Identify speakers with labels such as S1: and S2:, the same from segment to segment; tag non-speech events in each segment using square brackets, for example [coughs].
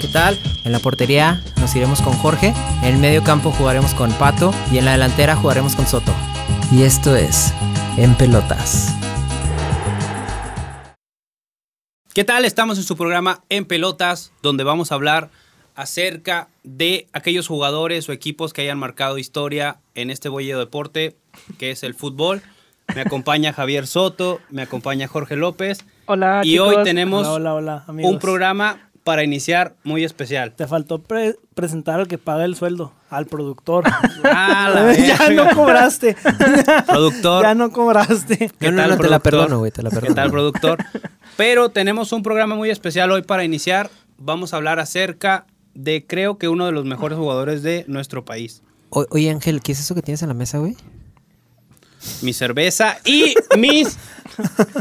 S1: qué tal. En la portería nos iremos con Jorge. En el medio campo jugaremos con Pato. Y en la delantera jugaremos con Soto. Y esto es En Pelotas.
S2: ¿Qué tal? Estamos en su programa En Pelotas, donde vamos a hablar acerca de aquellos jugadores o equipos que hayan marcado historia en este bollo deporte, que es el fútbol. Me acompaña Javier Soto, me acompaña Jorge López.
S3: Hola,
S2: Y
S3: chicos.
S2: hoy tenemos
S4: Hola, hola, hola, amigos.
S2: un programa para iniciar
S1: [laughs]
S2: muy especial.
S4: Te faltó pre- presentar al que paga el sueldo, al productor.
S2: [laughs] Ah, la
S4: [laughs] ya
S2: verga.
S4: no cobraste.
S2: Productor.
S4: ya no cobraste.
S2: ¿Qué
S1: No, no,
S2: tal,
S1: no, te la
S2: productor?
S1: perdono, güey, te la
S2: ¿Qué
S1: perdono.
S2: tal, productor? Pero tenemos un programa muy especial hoy para iniciar. Vamos a hablar acerca de, creo que uno de los mejores jugadores de nuestro país.
S1: O- oye, Ángel, ¿qué es eso que tienes en la mesa, güey?
S2: Mi cerveza y mis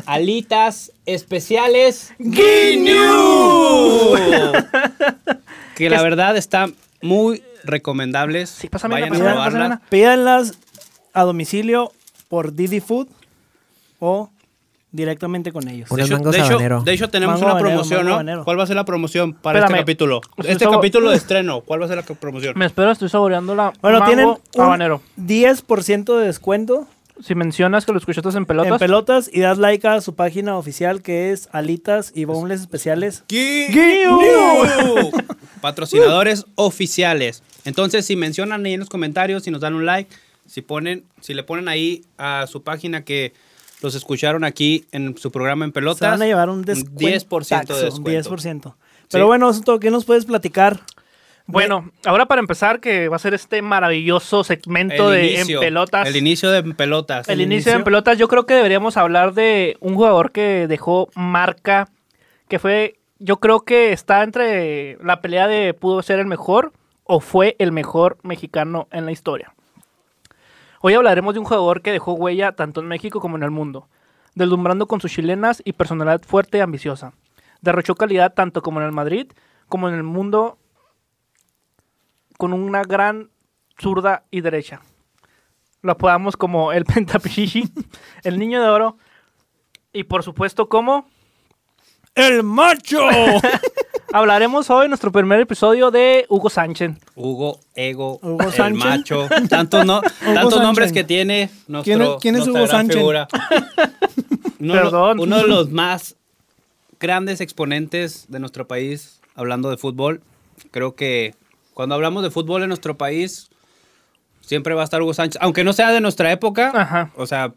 S2: alitas especiales.
S3: ¡Guiñú!
S2: que la verdad están muy recomendables.
S3: Sí, pásamela,
S2: Vayan
S3: pásamela,
S2: a probarlas.
S3: pásamela.
S4: Pídanlas a domicilio por Didi Food o directamente con ellos.
S1: Unas
S2: De hecho,
S1: mangos
S2: de, hecho,
S1: habanero.
S2: de hecho, tenemos
S4: Mango
S2: una
S4: habanero,
S2: promoción,
S4: mango
S2: ¿no?
S4: habanero.
S2: ¿Cuál va a ser la promoción para
S3: Espérame.
S2: este capítulo?
S3: Ustedes
S2: Este
S3: son-
S2: capítulo de estreno, ¿cuál va a ser la co- promoción?
S3: Me espero, estoy saboreando la
S4: Bueno,
S3: mango
S4: tienen un
S3: habanero.
S4: 10% de descuento
S3: Si mencionas que lo escuchaste en pelotas,
S4: en pelotas y das like a su página oficial que es Alitas y Boneless Especiales.
S2: ¡Guiu! [laughs] Patrocinadores oficiales. Entonces, si mencionan ahí en los comentarios, si nos dan un like, si ponen, si le ponen ahí a su página que los escucharon aquí en su programa en pelotas,
S4: Se van a llevar un
S2: un
S4: descuento.
S2: 10% de descuento.
S4: 10%. Pero
S2: Sí.
S4: bueno, Soto, ¿qué nos puedes platicar?
S3: bueno, ahora para empezar, que va a ser este maravilloso segmento
S2: El
S3: de
S2: inicio,
S3: En Pelotas.
S2: El inicio de en pelotas.
S3: El
S4: El
S3: inicio de En
S4: inicio.
S3: Pelotas, yo creo que deberíamos hablar de un jugador que dejó marca, que fue, yo creo que está entre la pelea de pudo ser el mejor o fue el mejor mexicano en la historia. Hoy hablaremos de un jugador que dejó huella tanto en México como en el mundo, deslumbrando con sus chilenas y personalidad fuerte y ambiciosa. Derrochó calidad tanto como en el Madrid como en el mundo con una gran zurda y derecha lo apodamos como el [laughs] Pentapichichi, el niño de oro, y por supuesto como
S4: ¡El macho!
S3: [laughs] hablaremos hoy en nuestro primer episodio de Hugo Sánchez.
S2: Hugo Ego,
S4: Hugo
S2: el
S4: Sánchez.
S2: macho. Tantos,
S4: [laughs]
S2: no, tantos
S4: Sánchez.
S2: nombres que tiene nuestro,
S4: ¿Quién es- quién es
S2: nuestra
S4: Hugo
S2: gran
S4: Sánchez? [laughs]
S2: figura. Uno,
S3: Perdón.
S2: Uno de los más grandes exponentes de nuestro país hablando de fútbol. Creo que cuando hablamos de fútbol en nuestro país, siempre va a estar Hugo Sánchez. Aunque no sea de nuestra época,
S3: Ajá.
S2: o sea,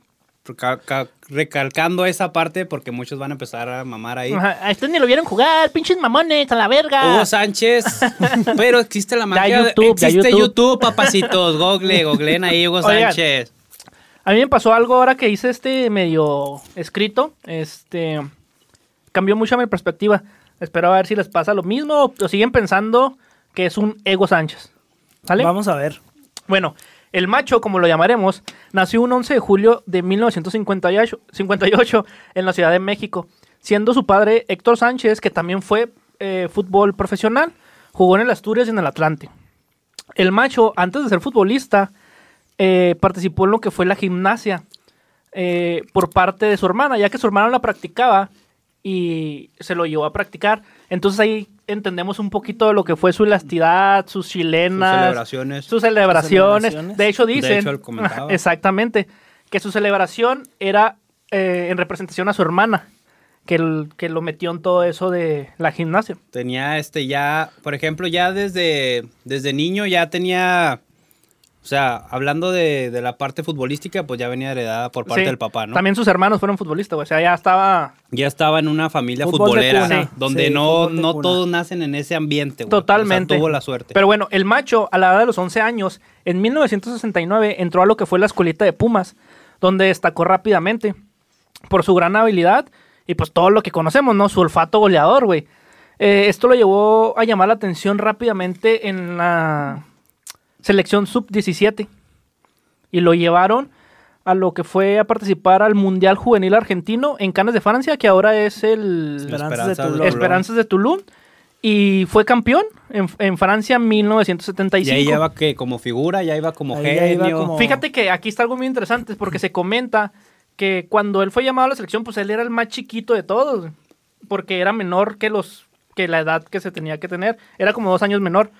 S2: ca- ca- recalcando esa parte porque muchos van a empezar a mamar ahí.
S3: Ajá, A este ni lo vieron jugar, pinches mamones, a la verga.
S2: Hugo
S4: [laughs]
S2: Sánchez, pero existe la magia. de-
S3: YouTube, ya
S2: existe
S3: YouTube.
S2: YouTube. papacitos.
S4: [laughs]
S2: Google, googleen ahí Hugo
S3: Oigan.
S2: Sánchez.
S3: A mí me pasó algo ahora que hice este medio escrito, este cambió mucho mi perspectiva. Espero a ver si les pasa lo mismo o siguen pensando que es un Ego Sánchez. ¿Sale?
S4: Vamos a ver.
S3: Bueno, el macho, como lo llamaremos, nació un 11 de julio de 1958 58 en la Ciudad de México, siendo su padre Héctor Sánchez, que también fue eh, fútbol profesional, jugó en el Asturias y en el Atlante. El macho, antes de ser futbolista, eh, participó en lo que fue la gimnasia eh, por parte de su hermana, ya que su hermana la practicaba y se lo llevó a practicar. Entonces ahí entendemos un poquito de lo que fue su elasticidad, sus chilenas,
S2: Sus celebraciones.
S3: sus celebraciones.
S4: celebraciones.
S3: De hecho, dicen.
S2: De hecho, él comentaba.
S3: [laughs] Exactamente. Que su celebración era eh, en representación a su hermana. Que, el- que lo metió en todo eso de la gimnasia.
S2: Tenía este ya, por ejemplo, ya desde, desde niño ya tenía. O sea, hablando de, de la parte futbolística, pues ya venía heredada por parte
S3: Sí.
S2: del papá, ¿no?
S3: También sus hermanos fueron futbolistas, güey. O sea, ya estaba
S2: Ya estaba en una familia
S4: Fútbol de
S2: futbolera,
S4: cuna.
S2: donde
S4: Sí,
S2: no,
S4: fútbol de
S2: no
S4: cuna.
S2: todos nacen en ese ambiente. güey.
S3: Totalmente.
S2: O sea, tuvo la suerte.
S3: Pero bueno, el macho, a la edad de los 11 años, en 1969 entró a lo que fue la escuelita de Pumas, donde destacó rápidamente por su gran habilidad y pues todo lo que conocemos, ¿no? Su olfato goleador, güey. Eh, esto lo llevó a llamar la atención rápidamente en la selección sub-17 y lo llevaron a lo que fue a participar al Mundial Juvenil Argentino en Canes de Francia, que ahora es el...
S4: Esperanzas de
S2: Esperanzas
S4: tu
S2: de
S4: logro.
S3: Esperanzas de Tulum. Y fue campeón en, en Francia en
S2: Y
S3: 1975.
S2: ahí ya iba que como figura, ya iba como
S4: Ahí ya
S2: genio.
S4: iba como-
S3: Fíjate que aquí está algo muy interesante porque se comenta que cuando él fue llamado a la selección, pues él era el más chiquito de todos. Porque era menor que los que la edad que se tenía que tener. Era como dos años menor.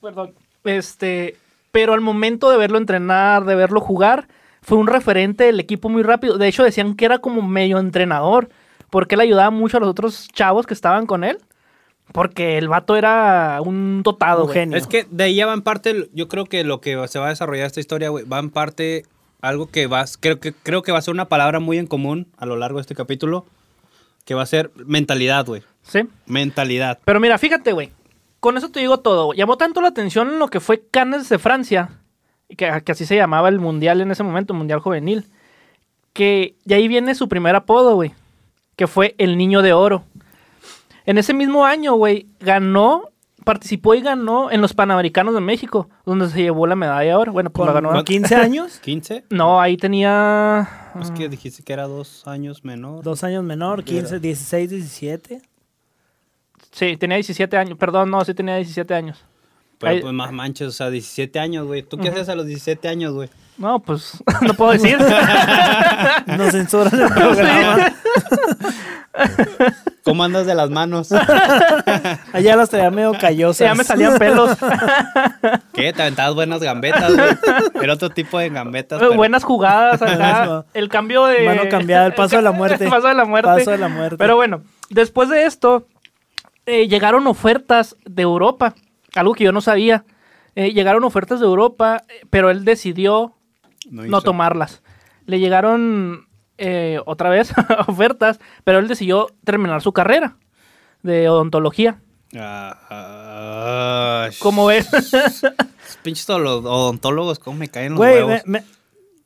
S3: Perdón. Este, pero al momento de verlo entrenar, de verlo jugar, fue un referente del equipo muy rápido. De hecho, decían que era como medio entrenador, porque él ayudaba mucho a los otros chavos que estaban con él. Porque el vato era un dotado,
S4: Un
S3: güey.
S4: genio.
S2: Es que de ahí ya va en parte, el- yo creo que lo que se va a desarrollar esta historia, güey, va en parte algo que vas, creo que, creo que va a ser una palabra muy en común a lo largo de este capítulo, que va a ser mentalidad, güey.
S3: Sí.
S2: Mentalidad.
S3: Pero mira, fíjate, güey. Con eso te digo todo. güey. Llamó tanto la atención en lo que fue Cannes de Francia, y que, que así se llamaba el mundial en ese momento, mundial juvenil, que de ahí viene su primer apodo, güey, que fue el Niño de Oro. En ese mismo año, güey, ganó, participó y ganó en los Panamericanos de México, donde se llevó la medalla de oro. Bueno, pues la
S4: Con
S3: ganó.
S2: [laughs]
S4: 15 años,
S2: 15.
S3: No, ahí tenía. mm,
S2: Es Pues que dijiste que era dos años menor.
S4: dos años menor, 15,
S2: [laughs]
S4: 16, 17.
S3: Sí, tenía 17 años. Perdón, no, sí tenía 17 años.
S2: Pero
S3: Ay.
S2: pues más manches, o sea, 17 años, güey. ¿Tú qué haces a los 17 años, güey?
S3: No, pues [laughs] no puedo decir.
S4: Nos censuran el programa.
S2: ¿Cómo andas de las
S3: [laughs]
S2: manos?
S4: Allá las traía medio callosas.
S3: ya me salían pelos.
S2: ¿Qué? Te aventabas buenas gambetas, güey. Era otro tipo de gambetas.
S3: Eh,
S2: pero-
S4: [laughs]
S3: Buenas jugadas
S4: No.
S3: acá. el cambio de.
S4: Mano cambiada,
S3: [laughs]
S4: el paso de la muerte.
S3: El paso de la muerte.
S4: Paso de la muerte.
S3: Pero bueno, después de esto, eh, llegaron ofertas de Europa. Algo que yo no sabía. Eh, llegaron ofertas de Europa, eh, pero él decidió no
S2: hizo.
S3: tomarlas. Le llegaron eh, otra vez [laughs] ofertas, pero él decidió terminar su carrera de odontología.
S2: Ah, ah,
S4: [laughs]
S3: Como ves.
S2: Los Pinches odo- odontólogos, cómo me caen los
S4: Güey, me,
S2: huevos.
S4: me-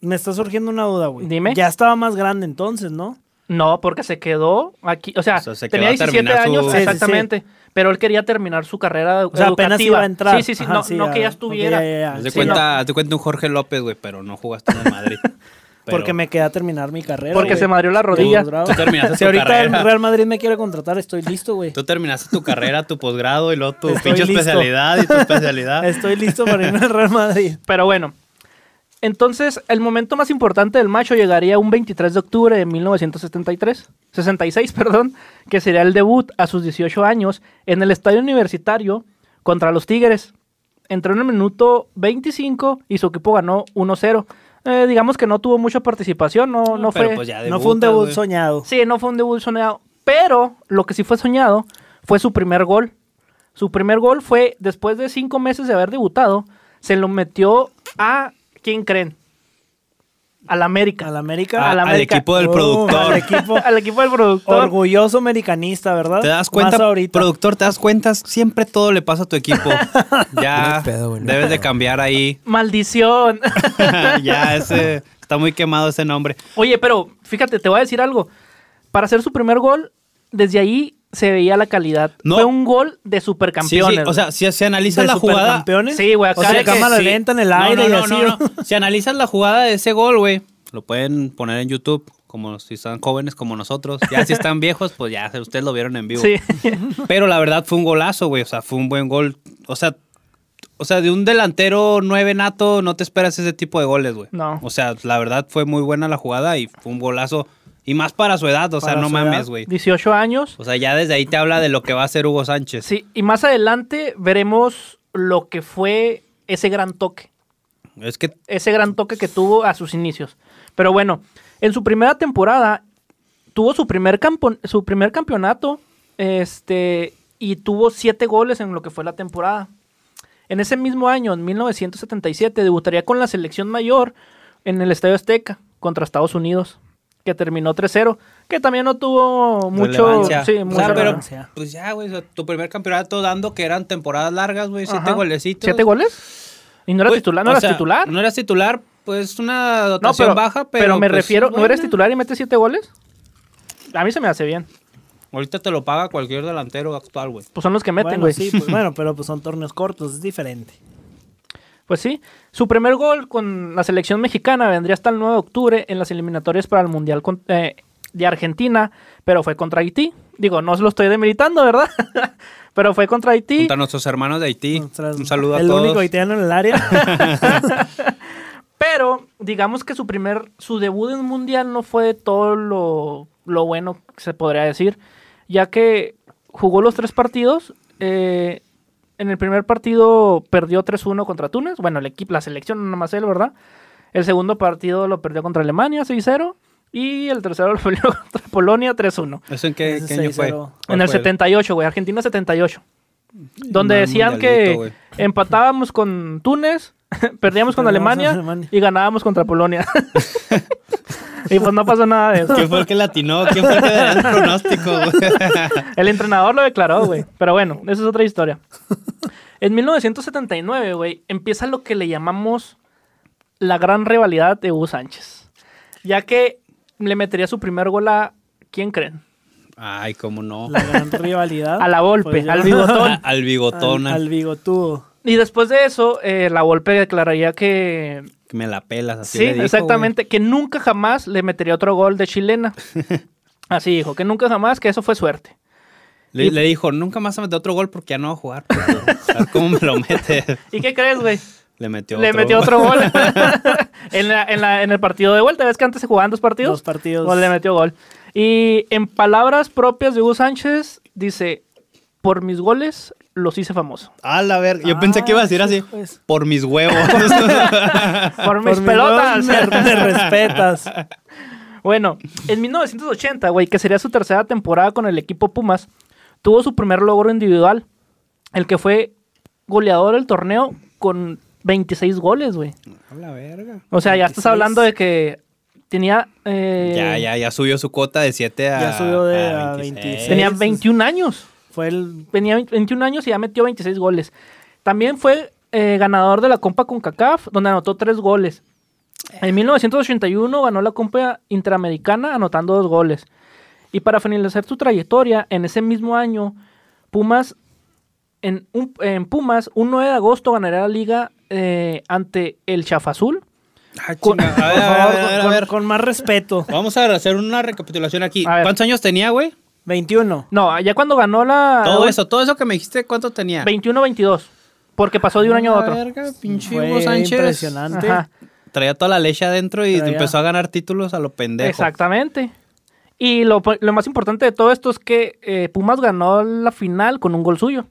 S4: me está surgiendo una duda, güey.
S3: Dime.
S4: Ya estaba más grande entonces, ¿no?
S3: No, porque se quedó aquí, o sea,
S2: O sea, se
S3: tenía
S2: quedó a
S3: 17
S2: terminar su-
S3: años
S2: Sí, sí, sí.
S3: exactamente, pero él quería terminar su carrera
S4: O sea,
S3: educativa.
S4: apenas iba a entrar.
S3: Sí, sí, sí,
S4: Ajá,
S3: no,
S4: sí,
S3: no que
S4: ah,
S3: ya
S4: ok,
S3: estuviera.
S4: ya, ya, ya.
S2: Haz de
S4: Sí,
S2: cuenta,
S4: no,
S2: haz de cuenta un Jorge López, güey, pero no jugaste en el Madrid. Pero
S4: [laughs] porque me quedé a terminar mi carrera.
S3: Porque
S4: güey.
S3: se me abrió la
S4: Yo,
S3: rodilla.
S4: bravo.
S2: Tú
S4: [laughs]
S2: terminaste
S4: Si
S2: tu
S4: ahorita
S2: carrera.
S4: el Real Madrid me quiere contratar, estoy listo, güey.
S2: Tú terminaste tu carrera, tu posgrado y luego tu
S4: Estoy
S2: pinche
S4: listo.
S2: especialidad y
S4: [laughs]
S2: tu especialidad.
S4: Estoy listo para irme al Real Madrid.
S3: Pero bueno, entonces el momento más importante del macho llegaría un 23 de octubre de 1973, 66, perdón, que sería el debut a sus 18 años en el estadio universitario contra los Tigres. Entró en el minuto 25 y su equipo ganó 1-0. Eh, digamos que no tuvo mucha participación, no, no
S2: Pero
S3: fue...
S2: pues [laughs] ya
S4: no fue un
S2: debutas,
S4: debut
S2: güey.
S4: soñado.
S3: Sí, no fue un debut soñado. Pero lo que sí fue soñado fue su primer gol. Su primer gol fue después de cinco meses de haber debutado. Se lo metió a. ¿Quién creen? Al América.
S4: Al
S3: Al,
S4: América.
S2: Ah,
S3: al
S2: al
S3: América.
S2: equipo del
S4: Oh,
S2: productor.
S4: al
S3: [laughs]
S4: equipo.
S3: equipo del productor.
S4: Orgulloso americanista, ¿verdad?
S2: ¿Te das
S4: Más
S2: cuenta,
S4: ahorita.
S2: productor? ¿Te das cuenta? Siempre todo le pasa a tu
S4: [laughs]
S2: equipo.
S1: No
S2: Ya
S1: hay pedo, güey, no hay
S2: debes de
S1: pedo.
S2: cambiar ahí. [laughs]
S3: Maldición. [laughs]
S2: ya ese está muy quemado ese nombre.
S3: Oye, pero fíjate, te voy a decir algo. Para hacer su primer gol, desde ahí se veía la calidad.
S2: No.
S3: Fue un gol de
S2: Sí, sí,
S3: supercampeones.
S2: o sea, si se analiza
S4: ¿De
S2: la jugada,
S4: supercampeones?
S3: Sí, güey, acá
S4: O sea,
S3: de que
S4: cámara
S2: sí.
S4: lenta en el
S2: No, no,
S4: aire y
S2: no,
S4: así.
S2: no, no. Si analizas la jugada de ese gol, güey, lo pueden poner en YouTube, como si están jóvenes como nosotros. Ya si están viejos, pues ya ustedes lo vieron en vivo.
S3: [laughs] Sí.
S2: Pero la verdad fue un golazo, güey. O sea, fue un buen gol. O sea, o sea, de un delantero nueve nato no te esperas ese tipo de goles, güey.
S3: No.
S2: O sea, la verdad fue muy buena la jugada y fue un golazo. Y más para su edad, o sea,
S4: Para
S2: no
S4: su edad.
S2: mames, güey.
S3: 18 años.
S2: O sea, ya desde ahí te habla de lo que va a hacer Hugo Sánchez.
S3: Sí, y más adelante veremos lo que fue ese gran toque,
S2: Es que
S3: ese gran toque que tuvo a sus inicios. Pero bueno, en su primera temporada tuvo su primer, campo- su primer campeonato este, y tuvo siete goles en lo que fue la temporada. En ese mismo año, en 1977, debutaría con la selección mayor en el Estadio Azteca contra Estados Unidos, que terminó 3-0, que también no tuvo mucho...
S2: Relevancia.
S3: Sí,
S2: O
S3: mucha
S2: sea, pero,
S4: relevancia.
S2: pues ya, güey, o sea, tu primer campeonato dando que eran temporadas largas, güey, siete
S3: Ajá.
S2: golecitos.
S3: ¿Siete goles? ¿Y no eras
S2: Güey,
S3: titular? ¿No
S2: o
S3: eras
S2: sea,
S3: titular?
S2: No eras titular, pues una
S3: No,
S2: dotación
S3: pero,
S2: baja, pero.
S3: pero me
S2: pues,
S3: refiero, ¿no eres
S2: bueno.
S3: titular y metes siete goles? A mí se me hace bien.
S2: Ahorita te lo paga cualquier delantero actual, güey.
S3: Pues son los que [laughs] meten,
S4: bueno,
S3: güey. [laughs]
S4: sí, pues, bueno, pero pues son torneos cortos, es diferente.
S3: Pues sí. Su primer gol con la selección mexicana vendría hasta el 9 de octubre en las eliminatorias para el Mundial con- eh, de Argentina, pero fue contra Haití. Digo, no se lo estoy demeritando, ¿verdad? [laughs] pero fue contra Haití.
S2: Junto a nuestros hermanos de Haití.
S4: Nuestras-
S2: un saludo a
S4: el
S2: todos.
S4: único haitiano en el área.
S2: [laughs]
S3: Pero digamos que su primer, su debut en mundial no fue de todo lo, lo bueno que se podría decir, ya que jugó los tres partidos. eh, en el primer partido perdió 3-1 contra Túnez. Bueno, el equipo, la selección, no más él, ¿verdad? El segundo partido lo perdió contra Alemania, 6-0. Y el tercero [laughs] lo perdió contra Polonia, 3-1.
S2: ¿Eso en qué,
S4: Ese
S2: qué año fue?
S4: 6-0.
S2: ¿Cuál
S3: En el
S2: fue
S3: 78, güey. Argentina 78. Donde
S2: Mal
S3: decían que
S2: mundialito, güey.
S3: empatábamos con Túnez, [laughs] perdíamos con
S4: Perdíamos
S3: Alemania,
S4: con Alemania.
S3: y ganábamos contra Polonia. [laughs] y pues no pasó nada de
S2: [laughs]
S3: eso.
S2: ¿Quién fue el que latinó? ¿Quién fue el que dio el pronóstico?
S3: [laughs]
S2: güey?
S3: El entrenador lo declaró, güey. Pero bueno, esa es otra historia. En 1979, güey, empieza lo que le llamamos la gran rivalidad de Hugo Sánchez. Ya que le metería su primer gol a. ¿Quién creen?
S2: Ay, cómo no.
S4: La gran rivalidad.
S3: A la Volpe,
S4: Pues,
S3: al
S2: A-
S3: bigotón.
S2: [laughs] al bigotón.
S4: [laughs] Al, al bigotudo.
S3: Y después de eso, eh, la Volpe declararía que.
S2: que Me la pelas así.
S3: Sí,
S2: le dijo,
S3: exactamente. Que nunca jamás le metería otro gol de chilena. Así dijo, que nunca jamás, que eso fue suerte.
S2: güey. Le, le dijo, nunca más a meter otro gol porque ya no va a jugar. [laughs] pues, güey. A ver cómo me lo mete.
S3: ¿Y qué crees, güey?
S2: Le metió
S3: Le
S2: otro
S3: metió
S2: gol.
S3: otro gol. [laughs] en, la- en la- en el partido de vuelta. ¿Ves que antes se jugaban dos partidos?
S4: Dos partidos.
S3: Pues le metió gol. Y en palabras propias de Hugo Sánchez, dice: Por mis goles los hice famoso.
S2: A la verga. Yo
S4: Ah,
S2: pensé que iba a decir así,
S4: pues.
S2: por mis huevos. [laughs]
S3: Por mis
S4: Por mi voz
S3: pelotas. [laughs]
S4: Me, me respetas.
S3: bueno, en 1980, güey, que sería su tercera temporada con el equipo Pumas, tuvo su primer logro individual, el que fue goleador del torneo con 26 goles, güey.
S2: A la verga.
S3: O sea, ya estás
S4: 26.
S3: hablando de que tenía. eh,
S2: Ya, ya, ya subió su cuota de 7 a.
S4: Ya subió de a 26.
S3: Tenía
S4: Sí, sí,
S3: 21 años.
S4: Fue el.
S3: Tenía 21 años y ya metió 26 goles. También fue eh, ganador de la Copa con CACAF, donde anotó 3 goles. En 1981 ganó la Copa Interamericana anotando 2 goles. Y para finalizar su trayectoria, en ese mismo año, Pumas, en, un- en Pumas, un 9 de agosto ganará la liga eh, ante el Chafazul.
S2: Ah,
S3: Con-
S2: chinga. A
S4: Por
S2: ver, a
S4: favor,
S2: ver, a ver, a
S4: con,
S2: ver.
S4: con más respeto.
S2: Vamos a hacer una recapitulación aquí.
S3: A ver.
S2: ¿Cuántos años tenía, güey?
S4: 21.
S3: [laughs] No, ya cuando ganó la...
S2: Todo eso, todo eso que me dijiste, ¿cuánto tenía?
S3: 21-22. Porque pasó de un año a
S2: La
S3: otro.
S2: Ah, verga, pinche
S4: Fue
S2: Hugo Sánchez.
S4: impresionante.
S3: Ajá.
S2: Traía toda la leche adentro y
S4: Traía.
S2: empezó a ganar títulos a lo pendejo.
S3: Exactamente. Y lo, lo más importante de todo esto es que eh, Pumas ganó la final con un gol suyo.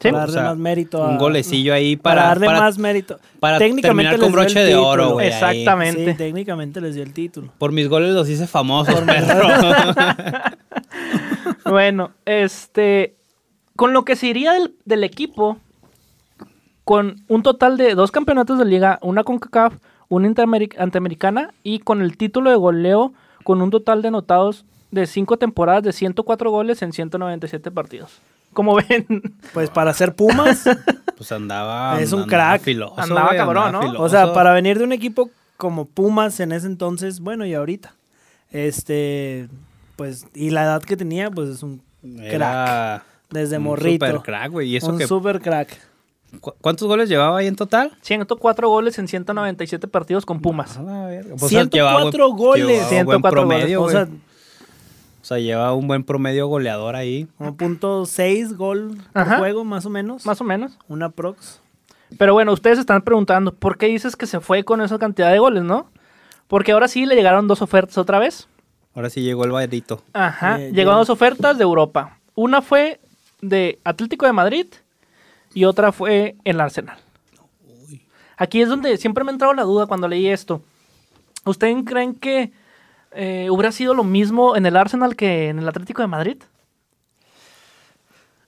S3: ¿Sí?
S4: Para darle
S2: O sea,
S4: más mérito. a-
S2: Un golecillo ahí
S4: Para,
S2: para,
S4: darle
S2: para-
S4: más mérito.
S2: para terminar
S4: les
S2: con
S4: dio el
S2: broche de oro,
S4: título.
S2: güey. ahí.
S3: Exactamente.
S4: Sí, técnicamente les dio el título.
S2: Por mis goles los hice famosos, perro.
S3: Bueno, este. Con lo que se iría del, del equipo, con un total de dos campeonatos de liga, una con CACAF, una interamer- anteamericana, y con el título de goleo, con un total de anotados de cinco temporadas de 104 goles en 197 partidos. Como [laughs] ven,
S4: Pues para ser
S2: [laughs]
S4: Pumas,
S2: Pues andaba.
S4: Es un
S2: andaba
S4: crack.
S2: filoso,
S3: Andaba
S2: güey,
S3: cabrón, ¿no?
S2: filoso.
S4: o sea, para venir de un equipo como Pumas en ese entonces, bueno, y ahorita. Este, pues, y la edad que tenía, pues es un
S2: Era
S4: crack. Desde
S2: un
S4: morrito.
S2: Super crack, güey. Y eso
S4: un
S2: que.
S4: super crack.
S2: ¿cu- ¿Cuántos goles llevaba ahí en total? Pues
S3: 104 goles en 197 partidos con Pumas.
S2: A la verga.
S4: 104
S2: buen-
S4: goles.
S2: llevaba buen
S3: 104 goles.
S2: promedio,
S4: o
S2: güey.
S4: sea,
S2: O sea, llevaba un buen promedio goleador ahí.
S4: 1.6 gol por
S3: Ajá.
S4: juego, más o menos.
S3: Más o menos.
S4: Una prox.
S3: Pero bueno, ustedes se están preguntando, ¿por qué dices que se fue con esa cantidad de goles, no? Porque ahora sí le llegaron dos ofertas otra vez.
S2: Ahora sí llegó el vaderito.
S3: Ajá.
S4: Eh,
S3: llegaron
S4: ya.
S3: dos ofertas de Europa. Una fue de Atlético de Madrid y otra fue el Arsenal. Aquí es donde siempre me ha entrado la duda cuando leí esto. ¿Ustedes creen que eh, hubiera sido lo mismo en el Arsenal que en el Atlético de Madrid?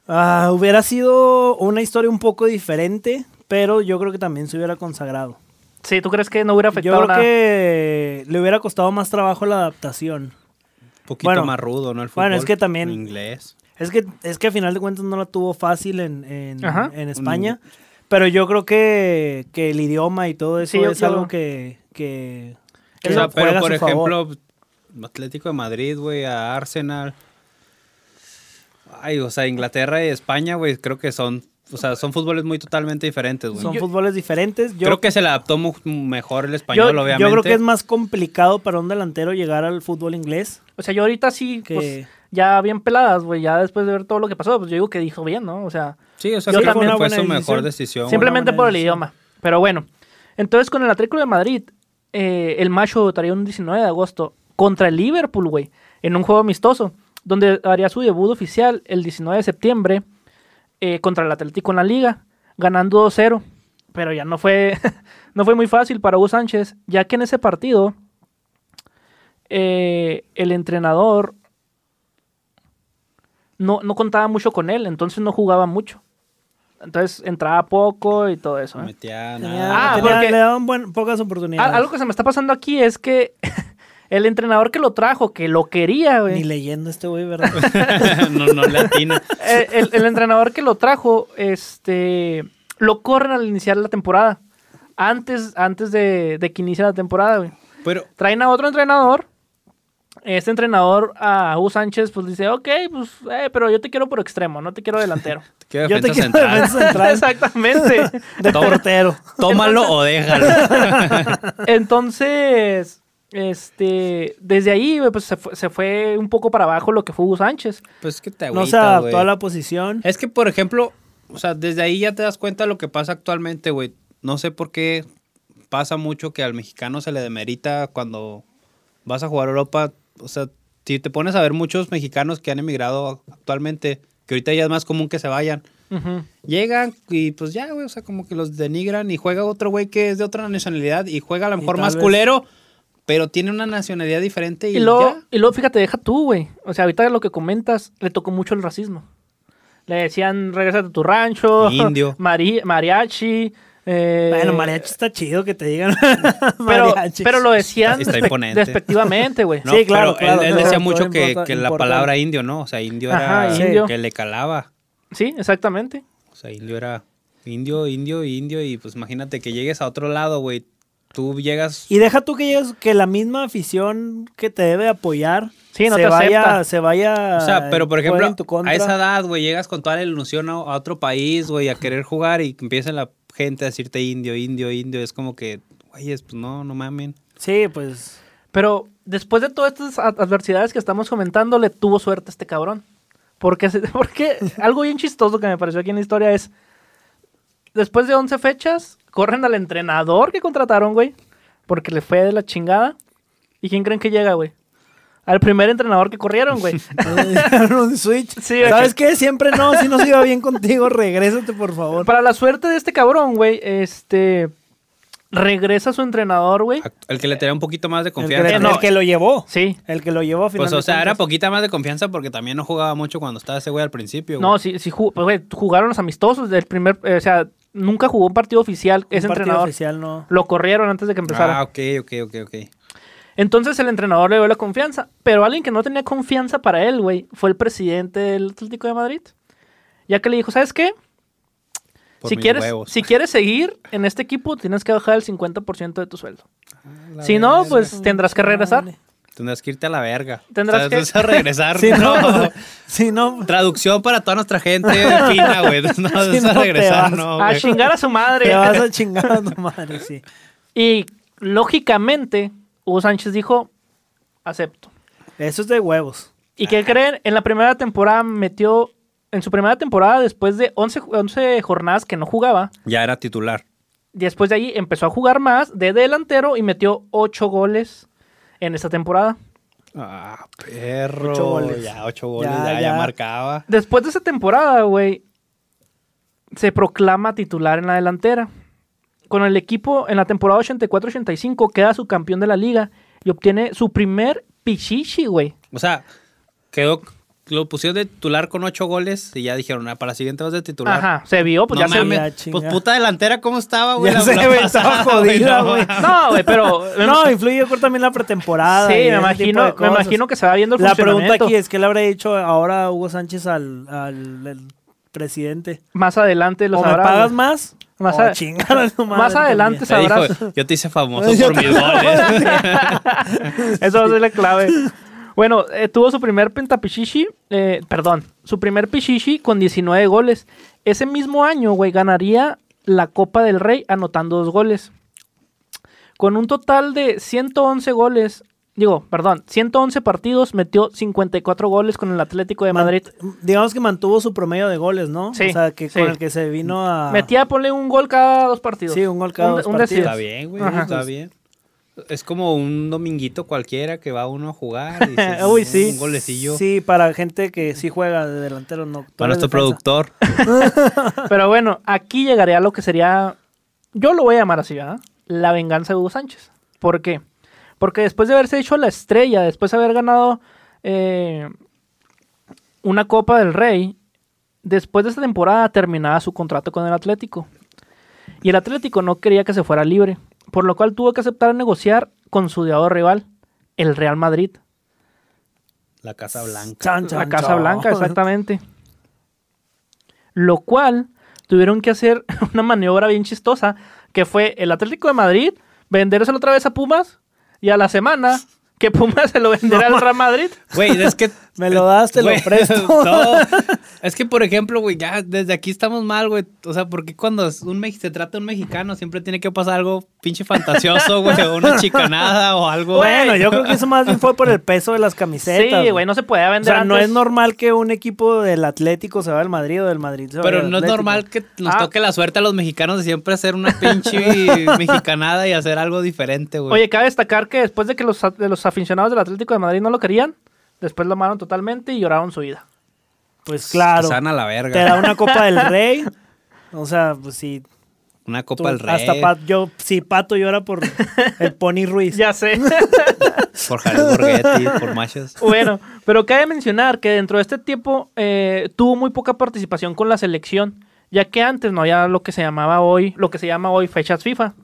S4: Ah, hubiera sido una historia un poco diferente, pero yo creo que también se hubiera consagrado.
S3: Sí, ¿tú crees que no hubiera afectado
S4: Yo creo
S3: nada?
S4: que le hubiera costado más trabajo la adaptación.
S2: Un poquito
S4: Bueno,
S2: más rudo, ¿no? El fútbol.
S4: bueno, es que también-
S2: Inglés.
S4: Es que, es que a final de cuentas no la tuvo fácil en, en-
S3: Ajá.
S4: en España, pero yo creo que, que el idioma y todo eso
S3: Sí, yo-
S4: es
S3: yo-
S4: algo que, que, que
S2: O sea,
S4: juega
S2: pero
S4: a
S2: por
S4: su favor.
S2: ejemplo, Atlético de Madrid, güey, a Arsenal. Ay, o sea, Inglaterra y España, güey, creo que son, o sea, son fútboles muy totalmente diferentes, güey.
S4: son fútboles diferentes. Yo
S2: creo que se le adaptó mu- mejor el español,
S4: yo,
S2: obviamente.
S4: yo creo que es más complicado para un delantero llegar al fútbol inglés.
S2: Ah,
S3: O sea, yo ahorita sí,
S4: Que-
S3: pues, ya bien peladas, güey, ya después de ver todo lo que pasó, pues yo digo que dijo bien, ¿no? O sea,
S2: Sí, o sea,
S3: yo
S2: creo
S3: también-
S2: que fue
S4: fue
S2: su
S4: una
S2: mejor
S4: decisión.
S2: decisión. güey.
S3: simplemente
S4: buena
S3: por el
S4: decisión.
S3: idioma. Pero bueno, entonces con el Atlético de Madrid, eh, el macho votaría un 19 de agosto contra el Liverpool, güey, en un juego amistoso. donde haría su debut oficial el 19 de septiembre eh, contra el Atlético en la liga, ganando 2-0. Pero ya no fue, [laughs] no fue muy fácil para Hugo Sánchez, ya que en ese partido eh, el entrenador no, no contaba mucho con él, entonces no jugaba mucho. Entonces entraba poco y todo eso.
S2: No
S3: ¿eh?
S2: metía
S4: Tenía-
S2: nada.
S3: Ah,
S4: tenía-
S3: porque-
S4: Le daban buen- pocas
S3: Ah,
S4: oportunidades.
S3: Algo que se me está pasando aquí es que [laughs] el entrenador que lo trajo, que lo quería, güey.
S4: Ni leyendo este
S2: [laughs]
S4: güey, ¿verdad?
S2: no, no le atina.
S3: Eh, el, el entrenador que lo trajo, este, lo corren al iniciar la temporada. Antes, antes de, de que inicie la temporada, güey.
S2: Pero
S3: Traen a otro entrenador. Este entrenador, a Hugo Sánchez, pues dice, ok, pues, eh, pero yo te quiero por extremo, no te quiero delantero.
S2: ¿qué
S4: Yo [laughs] te
S2: defensa
S4: quiero
S2: central?
S4: defensa central
S3: [laughs] Exactamente.
S4: de
S2: Toma.
S4: portero.
S2: Tómalo o
S4: [laughs]
S2: déjalo.
S3: Entonces, este, desde ahí, güey, pues se fue, se fue un poco para abajo lo que fue Hugo Sánchez.
S2: Pues que te
S4: No se
S2: agüita,
S4: adaptó
S2: güey.
S4: a la posición.
S2: Es que, por ejemplo, o sea, desde ahí ya te das cuenta de lo que pasa actualmente, güey. No sé por qué pasa mucho que al mexicano se le demerita cuando vas a jugar a Europa. O sea, si te pones a ver muchos mexicanos que han emigrado actualmente, que ahorita ya es más común que se vayan,
S3: Ujú.
S2: llegan y pues ya, güey, o sea, como que los denigran y juega otro güey que es de otra nacionalidad y juega a lo
S4: Y
S2: mejor
S4: tal
S2: más
S4: vez-
S2: culero, pero tiene una nacionalidad diferente y,
S3: Y luego,
S2: ya.
S3: y luego, fíjate, deja tú, güey. O sea, ahorita lo que comentas, le tocó mucho el racismo. Le decían, regrésate a tu rancho.
S2: Indio.
S3: [laughs] mari- mariachi. eh,
S4: Bueno, mariachi está chido que te digan. [laughs]
S3: Pero,
S4: mariachi.
S3: pero lo decían
S2: Está
S3: despe-
S2: imponente.
S3: despectivamente, güey.
S2: No,
S4: Sí,
S2: pero
S4: claro,
S2: él-
S4: claro,
S2: él,
S4: claro,
S2: decía
S4: todo
S2: mucho que,
S4: importa-
S2: que la
S4: importante.
S2: palabra indio, ¿no? O sea, indio era
S3: Ajá,
S2: sí.
S3: indio.
S2: que le calaba.
S3: Sí, exactamente.
S2: O sea, indio era indio, indio, indio. Y pues imagínate que llegues a otro lado, güey. Tú llegas.
S4: Y deja tú que ellos, que la misma afición que te debe apoyar
S3: Sí, no
S4: se,
S3: te acepta.
S4: vaya, se vaya.
S2: O sea, pero por
S4: ah, juega
S2: ejemplo,
S4: en tu contra.
S2: a esa edad, güey, llegas con toda la ilusión a, a otro país, güey, a querer jugar y que empieza la gente a decirte indio, indio, indio. Es como que, güey, es- pues no, no mamen.
S4: Sí, pues.
S2: [laughs]
S4: [laughs]
S3: Pero después de todas estas ad- adversidades que estamos comentando, le tuvo suerte este cabrón. Porque, se- [laughs] porque algo bien chistoso que me pareció aquí en la historia es, después de 11 fechas, corren al entrenador que contrataron, güey, porque le fue de la chingada. ¿Y quién creen que llega, güey? Al primer entrenador que corrieron, güey.
S4: un switch.
S3: Sí, güey.
S4: ¿Sabes qué? Siempre no. Si no se iba
S2: [laughs]
S4: bien contigo, regrésate, por favor.
S3: Para la suerte de este cabrón, güey, este... Regresa su entrenador, güey.
S2: Act- El que le tenía un poquito más de
S4: El que, le-
S2: confianza.
S4: el
S2: ¿no?
S4: que lo llevó.
S3: Sí.
S4: El que lo llevó a final
S2: Pues,
S4: de
S2: o sea, era
S4: cuentas.
S2: poquita más de confianza porque también no jugaba mucho cuando estaba ese güey al principio. güey.
S3: No, sí, sí ju- pues, güey, jugaron los amistosos del primer, eh, o sea, nunca jugó un partido oficial
S4: Un
S3: ese
S4: partido
S3: entrenador.
S4: oficial no.
S3: Lo corrieron antes de que empezara.
S2: Ah, ok, ok, ok, ok.
S3: Entonces el entrenador le dio la confianza, pero alguien que no tenía confianza para él, güey, fue el presidente del Atlético de Madrid. Ya que le dijo, ¿sabes qué?
S2: Por
S3: si
S2: mis
S3: quieres,
S2: huevos.
S3: si quieres seguir en este equipo, tienes que bajar el 50% de tu sueldo.
S2: La
S3: si no,
S2: verga.
S3: pues tendrás que regresar.
S4: Chale.
S2: Tendrás que irte a la verga.
S3: Tendrás que-
S2: a regresar.
S4: [laughs] Si
S2: no. [laughs]
S4: no, si no,
S2: Traducción para toda nuestra gente fina, güey. No,
S4: Si
S2: es a
S4: no,
S2: regresar,
S4: te vas.
S2: no,
S3: A
S2: güey.
S3: chingar a su
S2: [laughs]
S3: madre.
S4: te vas a chingar a tu madre, sí.
S3: Y lógicamente, Hugo Sánchez dijo, acepto.
S4: Eso es de huevos.
S3: ¿Y qué creen? En la primera temporada metió. En su primera temporada, después de 11, ju- 11 jornadas que no jugaba,
S2: Ya era titular.
S3: después de ahí empezó a jugar más de delantero y metió 8 goles en esta temporada.
S2: Ah, perro.
S4: Ocho goles.
S2: Ya, ocho goles,
S4: Ya,
S2: ya, ya,
S4: ya.
S2: marcaba.
S3: Después de esa temporada, güey, se proclama titular en la delantera. Con el equipo en la temporada 84-85 queda su campeón de la liga y obtiene su primer pichichi, güey.
S2: O sea, quedó. Lo pusieron de titular con ocho goles y ya dijeron, ah, para la siguiente vas de titular.
S3: Ajá, se vio, pues
S2: no
S3: ya se
S2: mames,
S3: vio.
S4: Ya,
S2: Pues
S4: chinga.
S2: puta delantera, ¿cómo estaba, güey?
S4: Ya se ve, estaba jodida, güey.
S3: No, güey, pero.
S4: No, influye por también la pretemporada.
S3: Sí,
S4: y
S3: me
S4: ese tipo de
S3: imagino, me
S4: cosas.
S3: imagino que se va viendo el
S4: La pregunta
S3: funcionamiento
S4: aquí es, ¿qué le habrá dicho ahora Hugo Sánchez al, al- al presidente?
S3: Más adelante lo
S4: ¿O me
S3: sabrás.
S4: pagas
S3: güey.
S4: más?
S3: Más
S4: o
S3: a-
S4: chingar a tu
S3: más
S4: madre
S3: adelante
S2: Te dijo,
S3: Sabrás.
S2: yo te hice famoso por mis goles.
S3: [laughs] Eso va a ser la clave. Bueno, eh, tuvo su primer pentapichichi, eh, perdón, su primer pichichi con 19 goles. Ese mismo año, güey, ganaría la Copa del Rey anotando dos goles. Con un total de 111 goles, digo, perdón, 111 partidos, metió 54 goles con el Atlético de
S4: Man-
S3: Madrid.
S4: Digamos que mantuvo su promedio de goles, ¿no?
S3: Sí,
S4: O sea, que
S3: sí.
S4: con el que se vino a...
S3: Metía, ponle un gol cada dos partidos.
S4: Ah. Sí, un gol cada dos
S3: un
S4: partidos.
S2: está
S3: desist.
S2: bien, güey.
S3: Ajá.
S2: Está bien. Es como un dominguito cualquiera que va uno a jugar.
S4: [laughs]
S2: Y dices,
S4: Uy, sí.
S2: Un golecillo.
S4: Sí, para gente que sí juega de delantero, no. tú
S2: Para
S4: eres
S2: nuestro
S4: defensa.
S2: productor.
S3: Pero bueno, aquí llegaría lo que sería, yo lo voy a llamar así, ¿verdad? La venganza de Hugo Sánchez. ¿Por qué? Porque después de haberse hecho la estrella, después de haber ganado eh, una Copa del Rey, después de esta temporada terminaba su contrato con el Atlético. Y el Atlético no quería que se fuera libre, por lo cual tuvo que aceptar negociar con su odiado rival, el Real Madrid.
S2: La Casa Blanca.
S4: Chan,
S3: La
S4: chan,
S3: Casa
S4: chan. [laughs]
S3: Blanca, exactamente. Lo cual tuvieron que hacer [laughs] una maniobra bien chistosa, que fue el Atlético de Madrid vendérselo otra vez a Pumas y a la semana que Pumas se lo venderá al
S4: [laughs]
S3: Real Madrid.
S2: Güey, es que.
S4: Me lo das, te lo
S2: Güey, [laughs]
S4: presto.
S2: no. Es que, por ejemplo, güey, ya desde aquí estamos mal, güey. O sea, porque cuando es un mex- se trata de un mexicano siempre tiene que pasar algo pinche fantasioso, güey, o una chicanada o algo.
S4: Bueno, yo creo que eso más bien fue por el peso de las camisetas.
S3: Sí, güey, no se podía
S4: O
S3: vender.
S4: sea, no
S3: antes.
S4: es normal que un equipo del Atlético se va al Madrid o del Madrid se vaya
S2: Pero
S4: al
S2: no es
S4: Atlético.
S2: normal que nos
S3: Ah.
S2: toque la suerte a los mexicanos de siempre hacer una
S4: [laughs]
S2: pinche mexicanada y hacer algo diferente, güey.
S3: Oye, cabe destacar que después de que los, a- de los aficionados del Atlético de Madrid no lo querían, después lo amaron totalmente y lloraron su vida.
S4: Pues claro.
S2: Que se van a la
S4: Te da
S2: verga.
S4: una
S2: [laughs]
S4: Copa del Rey. O sea, pues sí.
S2: Una
S4: tú-
S2: copa al rey.
S4: Hasta Pat- yo, sí, Pato llora por el Pony Ruiz.
S3: Ya sé. [laughs]
S2: Por Jared Borghetti,
S4: [laughs]
S2: por machos.
S3: Bueno, pero cabe mencionar que dentro de este tiempo eh, tuvo muy poca participación con la selección, ya que antes no había lo que se llamaba hoy, lo que se llama hoy fechas FIFA.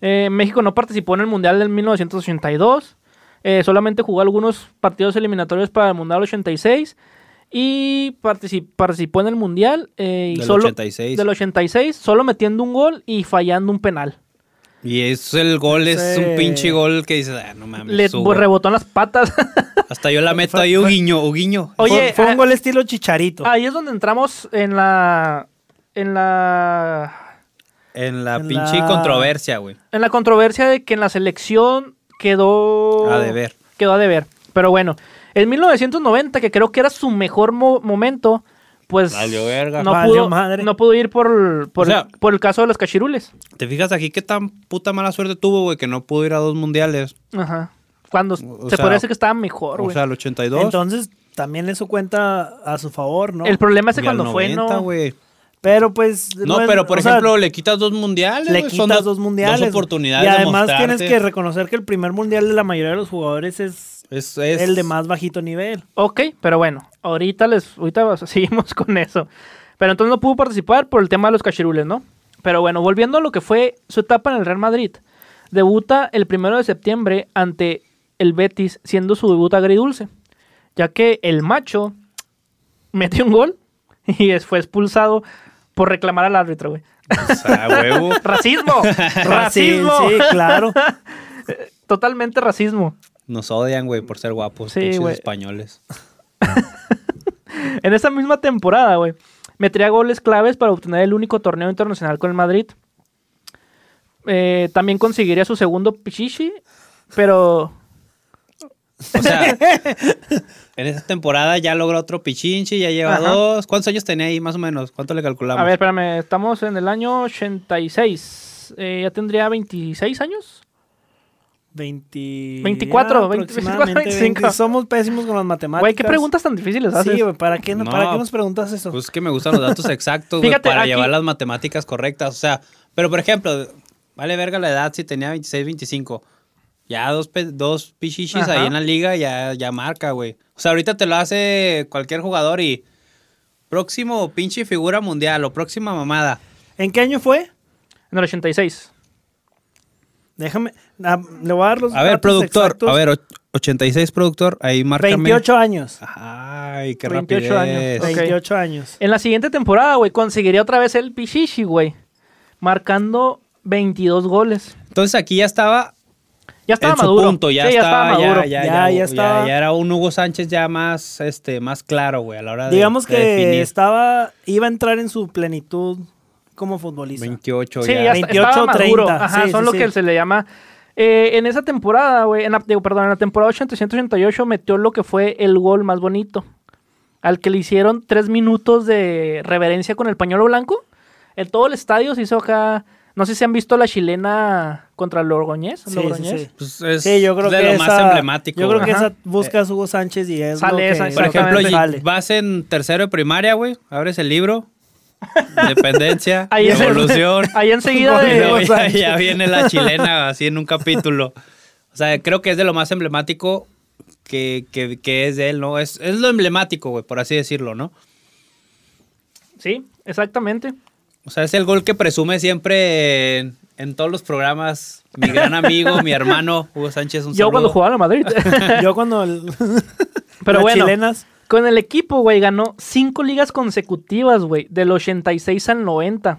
S3: Eh, México no participó en el Mundial del 1982, eh, solamente jugó algunos partidos eliminatorios para el Mundial 86 y partici- participó en el Mundial eh, y
S2: Del
S3: solo,
S2: 86.
S3: del 86, solo metiendo un gol y fallando un penal.
S2: Y es el gol, es
S4: Sí.
S2: un pinche gol que dices, ah, no mames.
S3: Le
S2: Hugo.
S3: rebotó en las patas. [laughs]
S2: Hasta yo la meto ahí, Uguiño, Uguiño.
S4: Fue-
S3: Oye,
S4: fue,
S3: ah-
S4: un gol estilo Chicharito.
S3: Ahí es donde entramos en la. En la.
S2: En la
S4: En
S2: pinche
S4: la-
S2: controversia, güey.
S3: En la controversia de que en la selección quedó.
S2: A deber.
S3: Quedó a deber. Pero bueno, en 1990, que creo que era su mejor mo- momento, pues.
S2: Valió verga.
S3: No,
S4: Valió
S3: pudo,
S4: madre.
S3: no pudo ir por, por,
S2: O sea-
S3: por el caso de los cachirules.
S2: ¿Te fijas aquí qué tan puta mala suerte tuvo, güey, que no pudo ir a dos mundiales?
S3: Ajá. Cuando
S2: O
S3: se
S2: sea,
S3: podría decir que estaba mejor,
S2: o
S3: güey.
S2: sea, al 82.
S4: Entonces, también eso cuenta a su favor, ¿no?
S3: el problema es que
S2: y al
S3: cuando fue,
S2: 90,
S3: no.
S2: güey.
S4: Pero pues.
S2: No,
S4: es-
S2: pero por
S4: o sea,
S2: ejemplo, le quitas dos mundiales.
S4: le
S2: güey,
S4: quitas
S2: son
S4: dos
S2: Dos
S4: mundiales. güey.
S2: oportunidades.
S4: Y además
S2: de
S4: tienes que
S2: mostrarte.
S4: reconocer que el primer mundial de la mayoría de los jugadores es,
S2: Es, es-
S4: el de más bajito
S3: [laughs]
S4: nivel.
S3: Ok, pero bueno, ahorita les, ahorita [laughs] o sea, seguimos con eso. Pero entonces no pudo participar por el tema de los cachirules, ¿no? Pero bueno, volviendo a lo que fue su etapa en el Real Madrid. Debuta el primero de septiembre ante el Betis, siendo su debut agridulce. Ya que el macho metió un gol [laughs] y es- fue expulsado por reclamar al árbitro, güey.
S2: [laughs] O sea, huevo.
S3: ¡Racismo!
S4: [laughs]
S3: ¡Racismo!
S4: Ah, Sí, sí, claro.
S3: [laughs] Totalmente racismo.
S2: Nos odian, güey, por ser guapos.
S3: Sí,
S2: Sí,
S3: güey.
S2: españoles.
S3: En esa misma temporada, güey, metería goles claves para obtener el único torneo internacional con el Madrid. Eh, también conseguiría su segundo Pichichi, pero
S2: O
S3: [laughs]
S2: sea, en esa temporada ya logró otro pichinchi, ya lleva
S3: Ajá.
S2: dos. ¿Cuántos años tenía ahí, más o menos? ¿Cuánto le calculamos?
S3: a ver, espérame, estamos en el año 86. Eh, ya tendría 26 años.
S4: 20,
S3: 24, 20,
S4: aproximadamente
S3: 25.
S4: 20. Somos pésimos con las matemáticas.
S3: Güey, qué preguntas tan difíciles haces.
S4: Sí, güey, ¿para qué, no-
S2: No.
S4: ¿para qué nos preguntas eso?
S2: Pues es que me gustan los datos exactos, güey,
S3: Fíjate,
S2: para
S3: aquí-
S2: llevar las matemáticas correctas. O sea, pero por ejemplo, vale verga la edad si tenía 26, 25. Ya dos, pe- dos pichichis
S3: Ajá.
S2: ahí en la liga ya, ya marca, güey. O sea, ahorita te lo hace cualquier jugador y próximo pinche figura mundial o próxima mamada.
S4: ¿En qué año fue?
S3: En el 86.
S4: Déjame, ah, le voy a dar los
S2: A ver,
S4: datos
S2: productor,
S4: exactos.
S2: a ver, och- 86 productor, ahí márcame.
S4: 28 años.
S2: Ay, qué
S3: 28
S2: 28
S3: años.
S4: Este,
S2: rapidez.
S3: Ok.
S4: 28 años.
S3: En la siguiente temporada, güey, conseguiría otra vez el Pichichi, güey. Marcando 22 goles.
S2: Entonces aquí ya estaba
S3: Ya estaba
S2: en su
S3: maduro.
S2: punto, ya
S3: Sí,
S2: estaba, ya,
S3: maduro.
S2: Ya,
S4: Ya,
S2: ya,
S4: ya
S2: ya
S4: estaba.
S2: ya era un Hugo Sánchez ya más, este, más claro, güey, a la hora de
S4: Digamos
S2: de
S4: que
S2: definir.
S4: estaba, iba a entrar en su plenitud como futbolista.
S2: 28
S3: Sí,
S2: ya.
S3: ya está-
S4: 28,
S3: estaba maduro.
S4: 30.
S3: Ajá,
S4: Sí,
S3: son
S4: sí,
S3: lo
S4: sí.
S3: que se le llama. eh, en esa temporada, güey, en la, digo, perdón, en la temporada 888 metió lo que fue el gol más bonito. Al que le hicieron tres minutos de reverencia con el pañuelo blanco. En todo el estadio se hizo acá No sé si han visto la chilena contra Lorgoñez.
S4: Sí, sí,
S3: Logroñés.
S4: sí.
S2: Pues es
S4: Sí, yo creo
S2: de
S4: que
S2: lo
S4: esa,
S2: más emblemático.
S4: Yo creo
S2: güey.
S4: que
S3: Ajá.
S4: esa buscas Hugo Sánchez y es
S3: Sale
S4: lo que-
S3: esa,
S2: Por ejemplo,
S3: Exactamente.
S2: y-
S4: sale.
S2: vas en tercero de primaria, güey, abres el libro, dependencia,
S3: [laughs] Ahí es el-
S2: evolución,
S3: Ahí
S2: [laughs]
S3: enseguida
S2: y luego
S3: de...
S4: Gol.
S2: ya, ya viene la chilena así en un capítulo. O sea, creo que es de lo más emblemático que, que- que es de él, ¿no? Es, es lo emblemático, güey, por así decirlo, ¿no?
S3: Sí, exactamente.
S2: O sea, es el gol que presume siempre en, en todos los programas mi gran amigo, mi hermano, Hugo Sánchez, un
S3: Yo cuando
S2: saludo.
S3: jugaba en la Madrid.
S4: [laughs] Yo cuando el-
S3: [laughs] Pero
S4: las
S3: bueno,
S4: chilenas
S3: con el equipo, güey, ganó cinco ligas consecutivas, güey, del 86 al 90.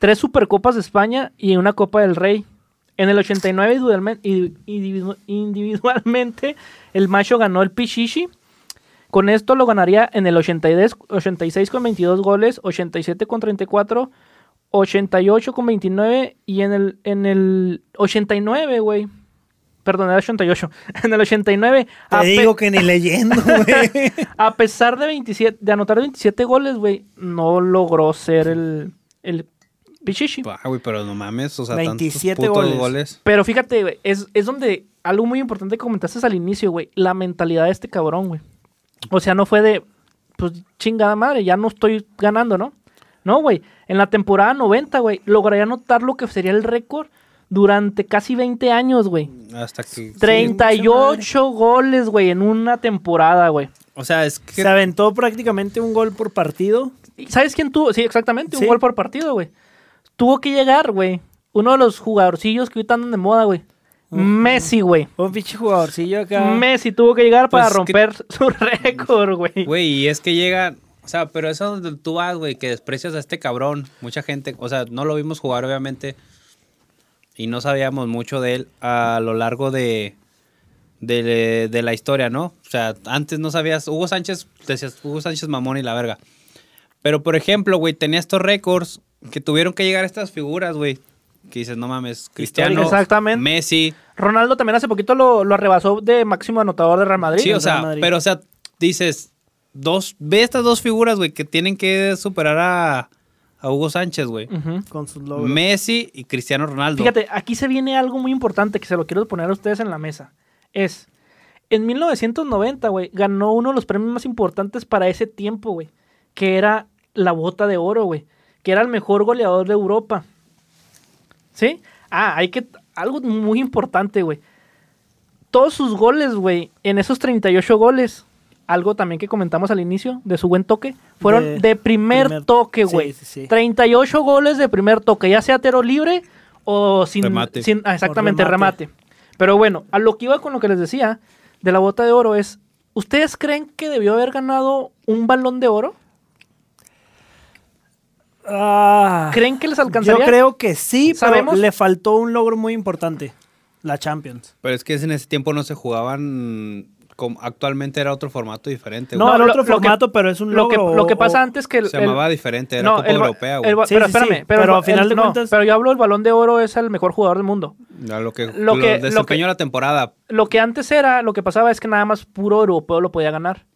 S3: Tres Supercopas de España y una Copa del Rey. En el 89 individualme- y- individu- individualmente el Macho ganó el Pichichi. Con esto lo ganaría en el 82 86 con 22 goles, 87 con 34, 88 con 29 y en el, en el 89, güey. Perdón, era 88. [laughs] En el 89,
S4: te
S3: a pe-
S4: digo que ni
S3: [laughs]
S4: leyendo,
S2: [laughs]
S4: güey.
S3: a pesar de 27, de anotar 27 goles, güey, no logró ser el, el Pichichi.
S2: Ah, güey, pero no mames, o sea,
S4: 27
S2: tantos putos
S4: goles.
S2: goles.
S3: Pero fíjate, güey, es, es donde algo muy importante que comentaste al inicio, güey, la mentalidad de este cabrón, güey. O sea, no fue de, pues chingada madre, ya no estoy ganando, ¿no? No, güey, en la temporada 90, güey, lograría anotar lo que sería el récord durante casi 20 años, güey.
S2: Hasta que.
S4: mucha
S3: 38 goles, güey, en una temporada, güey.
S2: O sea, es que.
S4: Se aventó prácticamente un gol por partido.
S3: ¿Y ¿Sabes quién tuvo? Sí, exactamente, un
S4: Sí.
S3: gol por partido, güey. Tuvo que llegar, güey. Uno de los jugadorcillos que ahorita andan de moda, güey. Messi, güey.
S4: Un pinche jugadorcillo acá.
S3: Messi tuvo que llegar para
S2: Pues que-
S3: romper [laughs] su récord, güey.
S2: Güey, y es que llega. O sea, pero eso es donde tú vas, güey, que desprecias a este cabrón. Mucha gente, o sea, no lo vimos jugar, obviamente. Y no sabíamos mucho de él a lo largo de, de, de la historia, ¿no? O sea, antes no sabías. Hugo Sánchez, decías Hugo Sánchez mamón y la verga. Pero, por ejemplo, güey, tenía estos récords que tuvieron que llegar estas figuras, güey. Que dices, no mames, Cristiano,
S3: Exactamente.
S2: Messi,
S3: Ronaldo también hace poquito lo, lo arrebasó de máximo anotador de Real Madrid.
S2: Sí, o
S4: contra
S2: sea,
S4: Madrid.
S2: pero o sea, dices, dos, ve estas dos figuras, güey, que tienen que superar a, a Hugo Sánchez, güey.
S3: Ujú.
S4: Con sus logros.
S2: Messi y Cristiano Ronaldo.
S3: Mm, Fíjate, aquí se viene algo muy importante que se lo quiero poner a ustedes en la mesa. Es, en 1990, güey, ganó uno de los premios más importantes para ese tiempo, güey, que era la bota de oro, güey, que era el mejor goleador de Europa. ¿Sí? Ah, hay que, algo muy importante, güey. Todos sus goles, güey, en esos 38 goles, algo también que comentamos al inicio de su buen toque, fueron de,
S4: De
S3: primer,
S4: primer-
S3: toque,
S4: sí,
S3: güey.
S4: sí, sí.
S3: 38 goles de primer toque, ya sea tero libre o sin,
S2: Remate.
S3: sin- ah, exactamente,
S4: O remate.
S3: remate. Pero bueno, a lo que iba con lo que les decía de la bota de oro es, ¿ustedes creen que debió haber ganado un balón de oro?
S4: Ah,
S3: ¿Creen que les
S4: yo
S3: alcanzaría?
S4: creo que sí, pero
S3: ¿Sabemos?
S4: le faltó un logro muy importante. La Champions.
S2: Pero es que en ese tiempo no se jugaban, como actualmente era otro formato diferente,
S4: No,
S2: güey.
S4: el
S3: lo-
S4: otro
S3: lo que-
S4: formato, pero es un
S3: Lo que,
S4: logro.
S3: lo que
S4: o-
S3: pasa
S4: o-
S3: antes que el,
S2: se
S3: el-
S2: llamaba diferente, era
S3: no,
S2: Copa
S3: el ba-
S2: Europea,
S3: el
S2: güey.
S3: ba-
S4: Sí,
S3: pero
S4: sí, sí.
S3: espérame, pero,
S4: Pero
S3: el-
S4: a final de
S3: no,
S4: cuentas-
S3: pero yo hablo del balón de oro es el mejor jugador del mundo.
S2: A Lo que,
S3: lo
S2: lo
S3: que- lo
S2: desempeñó
S3: que-
S2: la temporada.
S3: Lo que antes era, lo que pasaba es que nada más puro europeo lo podía ganar.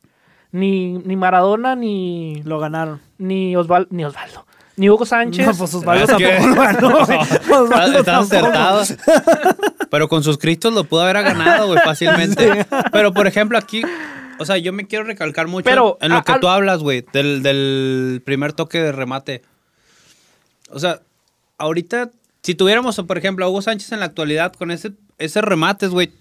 S3: Ni, ni Maradona ni
S4: Lo ganaron.
S3: ni Osvaldo, ni Osvaldo, ni Hugo Sánchez.
S4: No, pues Osvaldo
S2: Es que-
S4: tampoco lo ganó. güey.
S2: [laughs] No,
S4: Osvaldo
S2: estás
S4: tampoco.
S2: acertado. Pero con sus cristos lo pudo haber ganado, güey, fácilmente. Pero, por ejemplo, aquí, o sea, yo me quiero recalcar mucho
S3: Pero,
S2: en lo
S3: a-
S2: que
S3: al-
S2: tú hablas, güey, del, del primer toque de remate. O sea, ahorita, si tuviéramos, por ejemplo, a Hugo Sánchez en la actualidad con ese, ese remates, güey,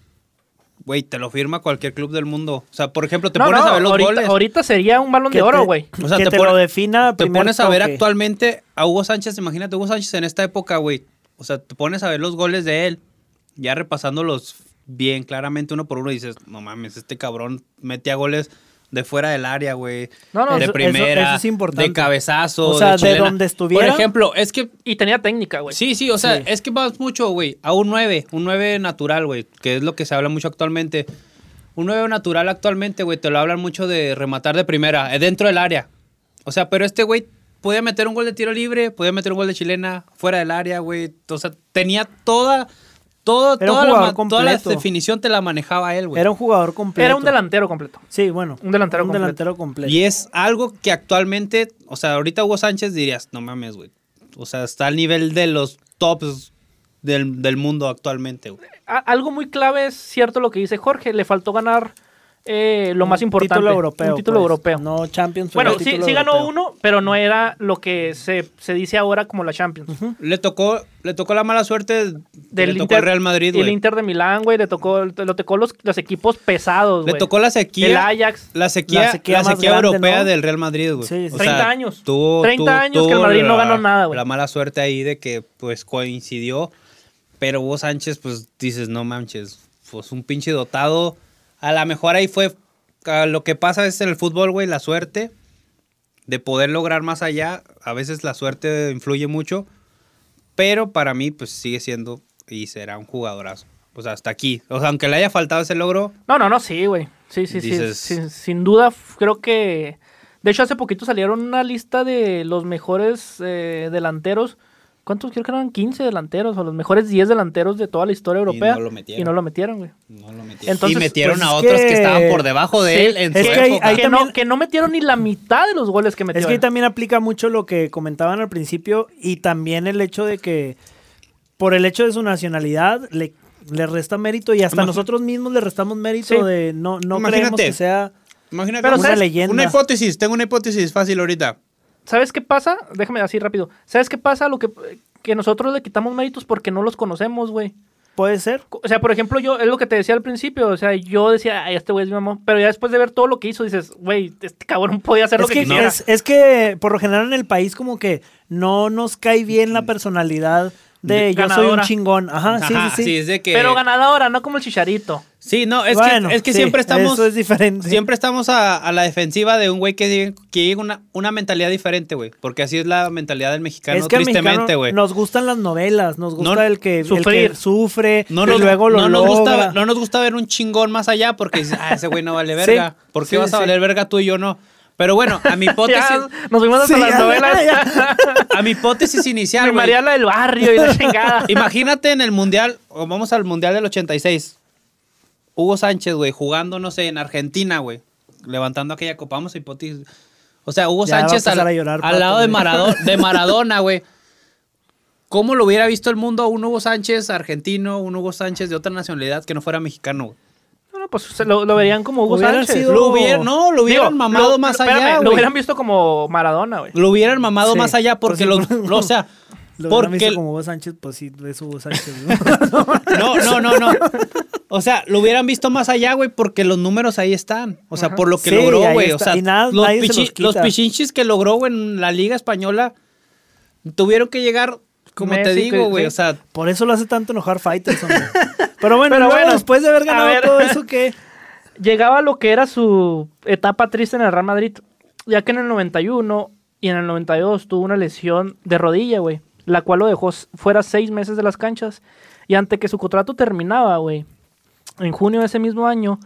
S2: güey, te lo firma cualquier club del mundo. O sea, por ejemplo, te
S3: No,
S2: pones
S3: no,
S2: a ver los
S3: ahorita,
S2: goles.
S3: ahorita sería un balón
S4: Que
S3: de oro,
S4: te-
S3: güey.
S2: O sea,
S4: que
S2: te
S4: te,
S2: pone-
S4: lo defina
S2: te
S4: primer
S2: pones a ver
S4: toque.
S2: actualmente a Hugo Sánchez, imagínate, Hugo Sánchez en esta época, güey. O sea, te pones a ver los goles de él, ya repasándolos bien claramente uno por uno, y dices, no mames, este cabrón metía goles de fuera del área, güey.
S3: No, no,
S2: de
S3: eso-
S2: primera,
S4: eso- eso es importante.
S2: de cabezazo,
S4: O sea, de
S2: chilena.
S4: donde estuviera.
S2: Por ejemplo, es que
S3: Y tenía técnica, güey.
S2: Sí, sí, o sea,
S4: pues. Sí.
S2: es que vas mucho, güey, a un 9, un 9 natural, güey, que es lo que se habla mucho actualmente. Un 9 natural actualmente, güey, te lo hablan mucho de rematar de primera, eh, dentro del área. O sea, pero este güey podía meter un gol de tiro libre, podía meter un gol de chilena, fuera del área, güey. O sea, tenía toda, todo,
S4: Era un
S2: toda, la,
S4: jugador
S2: ma- toda la
S4: completo.
S2: definición te la manejaba él, güey.
S4: Era un jugador completo.
S3: Era un delantero completo.
S4: Sí, bueno.
S3: Un delantero
S4: Un
S3: completo.
S4: delantero completo.
S2: Y es algo que actualmente, o sea, ahorita Hugo Sánchez dirías, no mames, güey. O sea, está al nivel de los tops del, del mundo actualmente. güey.
S3: A- algo muy clave es cierto lo que dice Jorge. Le faltó ganar eh, lo más importante.
S4: Título europeo.
S3: Un título
S4: pues.
S3: europeo.
S4: No Champions. pero
S3: bueno, sí,
S4: título
S3: sí ganó
S4: europeo.
S3: uno, pero no era lo que se, se dice ahora como la Champions.
S2: Le tocó, le tocó la mala suerte que le
S3: Del
S2: tocó
S3: Inter-
S2: al Real Madrid,
S3: El
S2: güey.
S3: Inter de Milán, güey, le tocó, le tocó los, los equipos pesados,
S2: Le
S3: pues, güey.
S2: tocó la sequía.
S3: El Ajax.
S2: La sequía,
S4: La
S2: la sequía,
S4: sequía más grande,
S2: europea
S4: ¿no?
S2: del Real Madrid, güey.
S4: Sí, sí, sí.
S3: 30 años. 30 años que el Madrid no ganó nada, güey.
S2: La mala suerte ahí de que, pues, coincidió. Pero vos, Sánchez, pues, dices, no manches, pues, un pinche dotado. A lo mejor ahí fue, a lo que pasa es en el fútbol, güey, la suerte de poder lograr más allá. A veces la suerte influye mucho. Pero para mí, pues, sigue siendo y será un jugadorazo. O sea, hasta aquí. O sea, aunque le haya faltado ese logro,
S3: No, no, no, sí, güey. Sí, sí, sí,
S2: Dices-
S3: sí, Sin duda, f- creo que. De hecho, hace poquito salieron una lista de los mejores eh, delanteros. ¿Cuántos? Creo que eran 15 delanteros o los mejores 10 delanteros de toda la historia europea.
S2: no lo metieron.
S3: Y no lo metieron, güey.
S2: no lo metieron.
S3: Entonces,
S2: y metieron
S4: pues,
S2: a
S4: es
S2: otros que...
S4: que-
S2: estaban por debajo de
S3: Sí,
S2: él en
S4: es
S2: su
S4: que ahí-
S2: época.
S4: ahí
S3: que, no,
S4: también-
S3: que no metieron ni la mitad de los goles que
S4: Es
S3: metieron.
S4: que ahí también aplica mucho lo que comentaban al principio y también el hecho de que por el hecho de su nacionalidad le, le resta mérito y hasta
S2: Imagi-
S4: nosotros mismos le restamos mérito
S3: Sí.
S4: de no, no
S2: Imagínate.
S4: creemos que sea...
S2: Imagínate
S3: Pero
S2: una,
S3: ¿sabes?
S4: leyenda.
S2: una hipótesis, tengo una hipótesis fácil ahorita.
S3: ¿Sabes qué pasa? Déjame así rápido. ¿Sabes qué pasa? Lo que, que nosotros le quitamos méritos porque no los conocemos, güey.
S4: Puede ser.
S3: O sea, por ejemplo, yo, es lo que te decía al principio, o sea, yo decía, ay, este güey es mi mamón, pero ya después de ver todo lo que hizo, dices, güey, este cabrón podía hacer
S4: Es
S3: lo que,
S4: que,
S3: quisiera.
S4: es, es que por lo general en el país como que no nos cae bien la personalidad de
S3: De-
S4: yo soy un
S3: ganadora.
S4: chingón. Ajá, Ah, sí,
S2: Ajá,
S4: sí, sí.
S2: es de que...
S3: Pero ganadora, no como el chicharito.
S2: Sí, no, es
S4: Bueno,
S2: que, es que
S4: sí,
S2: siempre estamos,
S4: Eso es diferente.
S2: siempre estamos a, a la defensiva de un güey que, tiene- que llega una, una mentalidad diferente, güey. Porque así es la mentalidad del mexicano,
S4: es que al
S2: tristemente,
S4: mexicano
S2: güey.
S4: nos gustan las novelas, nos gusta
S2: No-
S4: el, que, el
S3: Sufrir.
S4: que sufre,
S2: No
S4: que
S2: nos,
S4: luego lo
S2: no, nos gusta,
S4: logra.
S2: no nos gusta ver un chingón más allá porque dices, ah, ese güey no vale verga.
S4: Sí,
S2: ¿Por qué
S4: sí,
S2: vas a
S4: sí.
S2: valer verga tú y yo no? Pero bueno,
S4: [laughs]
S2: a mi hipótesis,
S3: Ya, nos fuimos hasta
S4: Sí,
S3: las
S4: ya,
S3: novelas. [laughs]
S2: a mi hipótesis inicial,
S3: Mi
S2: güey.
S3: Mariana del barrio y la chingada. [laughs]
S2: Imagínate en el mundial, o vamos al mundial del 86. Hugo Sánchez, güey, jugando, no sé, en Argentina, güey. Levantando aquella copa, vamos a hipótesis. O sea, Hugo
S4: Ya va a
S2: Sánchez al,
S4: empezar a llorar,
S2: al
S4: Pato,
S2: lado de,
S4: güey.
S2: Marado- de Maradona,
S4: [laughs]
S2: güey. ¿Cómo lo hubiera visto el mundo un Hugo Sánchez argentino, un Hugo Sánchez de otra nacionalidad que no fuera mexicano? güey?
S3: Bueno, pues se lo, lo verían como Hugo
S4: Hubiera
S3: Sánchez.
S4: sido-
S2: Lo hubieran, no, lo hubieran
S3: Digo,
S2: mamado
S3: lo-
S2: más
S3: espérame,
S2: allá,
S3: Lo
S2: güey.
S3: hubieran visto como Maradona, güey.
S2: Lo hubieran mamado
S4: Sí,
S2: más allá porque los,
S4: pues sí.
S2: o sea,
S4: [laughs] Lo hubieran
S2: porque
S4: visto como Hugo Sánchez, pues sí, es Hugo Sánchez. ¿no? [laughs]
S2: No, no, no, no. O sea, lo hubieran visto más allá, güey, porque los números ahí están. O sea, por lo que
S4: Sí,
S2: logró,
S4: ahí
S2: güey. O
S4: está.
S2: sea,
S4: Y nada-
S2: los,
S4: nadie se
S2: pichi-
S4: los quita.
S2: los pichinchis que logró güey, en la Liga Española tuvieron que llegar, como te
S3: Messi,
S2: digo,
S3: que-
S2: güey.
S3: sí.
S2: O sea,
S4: Por eso lo hace tanto enojar Fighters, hombre. Pero bueno,
S3: Pero
S4: luego,
S3: bueno,
S4: después de haber
S3: a
S4: ganado
S3: ver.
S4: todo
S2: [laughs]
S4: eso, ¿qué?
S3: llegaba lo que era su etapa triste en el Real Madrid, ya que en el 91 y en el 92 tuvo una lesión de rodilla, güey, la cual lo dejó s- fuera seis meses de las canchas y ante que su contrato terminaba, güey, en junio de ese mismo año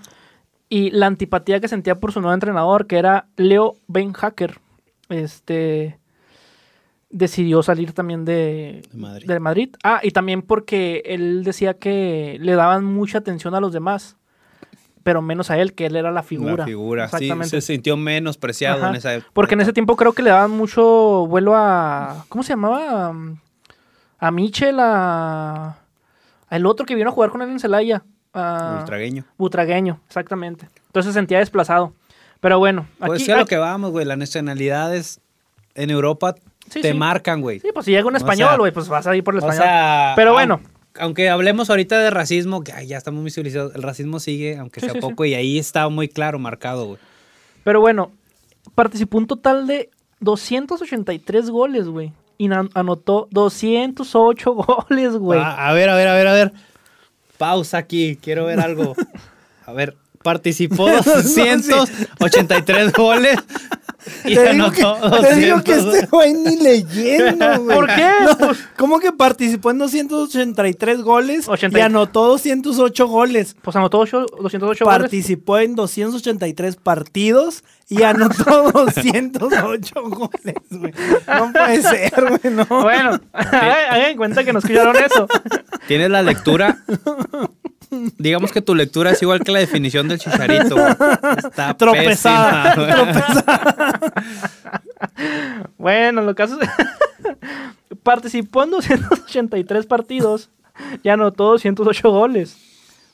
S3: y la antipatía que sentía por su nuevo entrenador, que era Leo Ben Hacker, este decidió salir también de,
S2: De Madrid.
S3: del Madrid. Ah, y también porque él decía que le daban mucha atención a los demás, pero menos a él, que él era la figura.
S2: la figura. Sí, se
S3: Exactamente.
S2: sintió menospreciado
S3: Ajá.
S2: en esa época.
S3: Porque en ese tiempo creo que le daban mucho vuelo a. ¿Cómo se llamaba? Mm, A Michel, a. Al otro que vino a jugar con él en Celaya. a-
S2: Ultragueño.
S3: Butragueño, exactamente. Entonces se sentía desplazado. Pero bueno, aquí.
S2: Pues sí, a lo
S3: aquí-
S2: que vamos, güey. Las nacionalidades en Europa
S3: Sí,
S2: te
S3: sí.
S2: marcan, güey.
S3: Sí, pues si llega un
S2: O
S3: español,
S2: sea-
S3: güey, pues vas a ir por el
S2: O
S3: español.
S2: sea,
S3: Pero
S2: au-
S3: bueno.
S2: Aunque hablemos ahorita de racismo, que ay, ya estamos muy civilizados, el racismo sigue, aunque
S3: Sí,
S2: sea
S3: sí, sí.
S2: poco, y ahí está muy claro, marcado, güey.
S3: Pero bueno, participó un total de 283 goles, güey. Y na- anotó 208 [laughs] goles, güey.
S2: Ah, A, a ver, a ver, a ver, a ver. Pausa aquí, quiero ver
S4: [laughs]
S2: algo. A ver, participó 283 goles y
S4: [laughs] Te digo, que,
S2: anotó
S4: te digo que
S2: 200.
S4: este güey ni leyendo, güey.
S3: ¿Por qué?
S4: No, ¿Cómo que participó en 283 goles
S3: Ochenta
S4: y
S3: y-
S4: anotó 208 goles?
S3: Pues anotó ocho- 208 goles.
S4: Participó en 283 partidos y
S3: [laughs]
S4: anotó 208 goles, güey. No puede ser, güey, no.
S3: Bueno, [laughs] hagan hagan cuenta que nos escucharon eso. [laughs]
S2: Tienes la
S4: [laughs]
S2: lectura. Digamos que tu lectura es igual que la definición del chicharito.
S4: [laughs]
S2: güey. Está
S4: Tropezada,
S2: pésima, güey.
S3: Bueno, lo caso es... [laughs] Participó en 283 partidos y anotó 208 goles.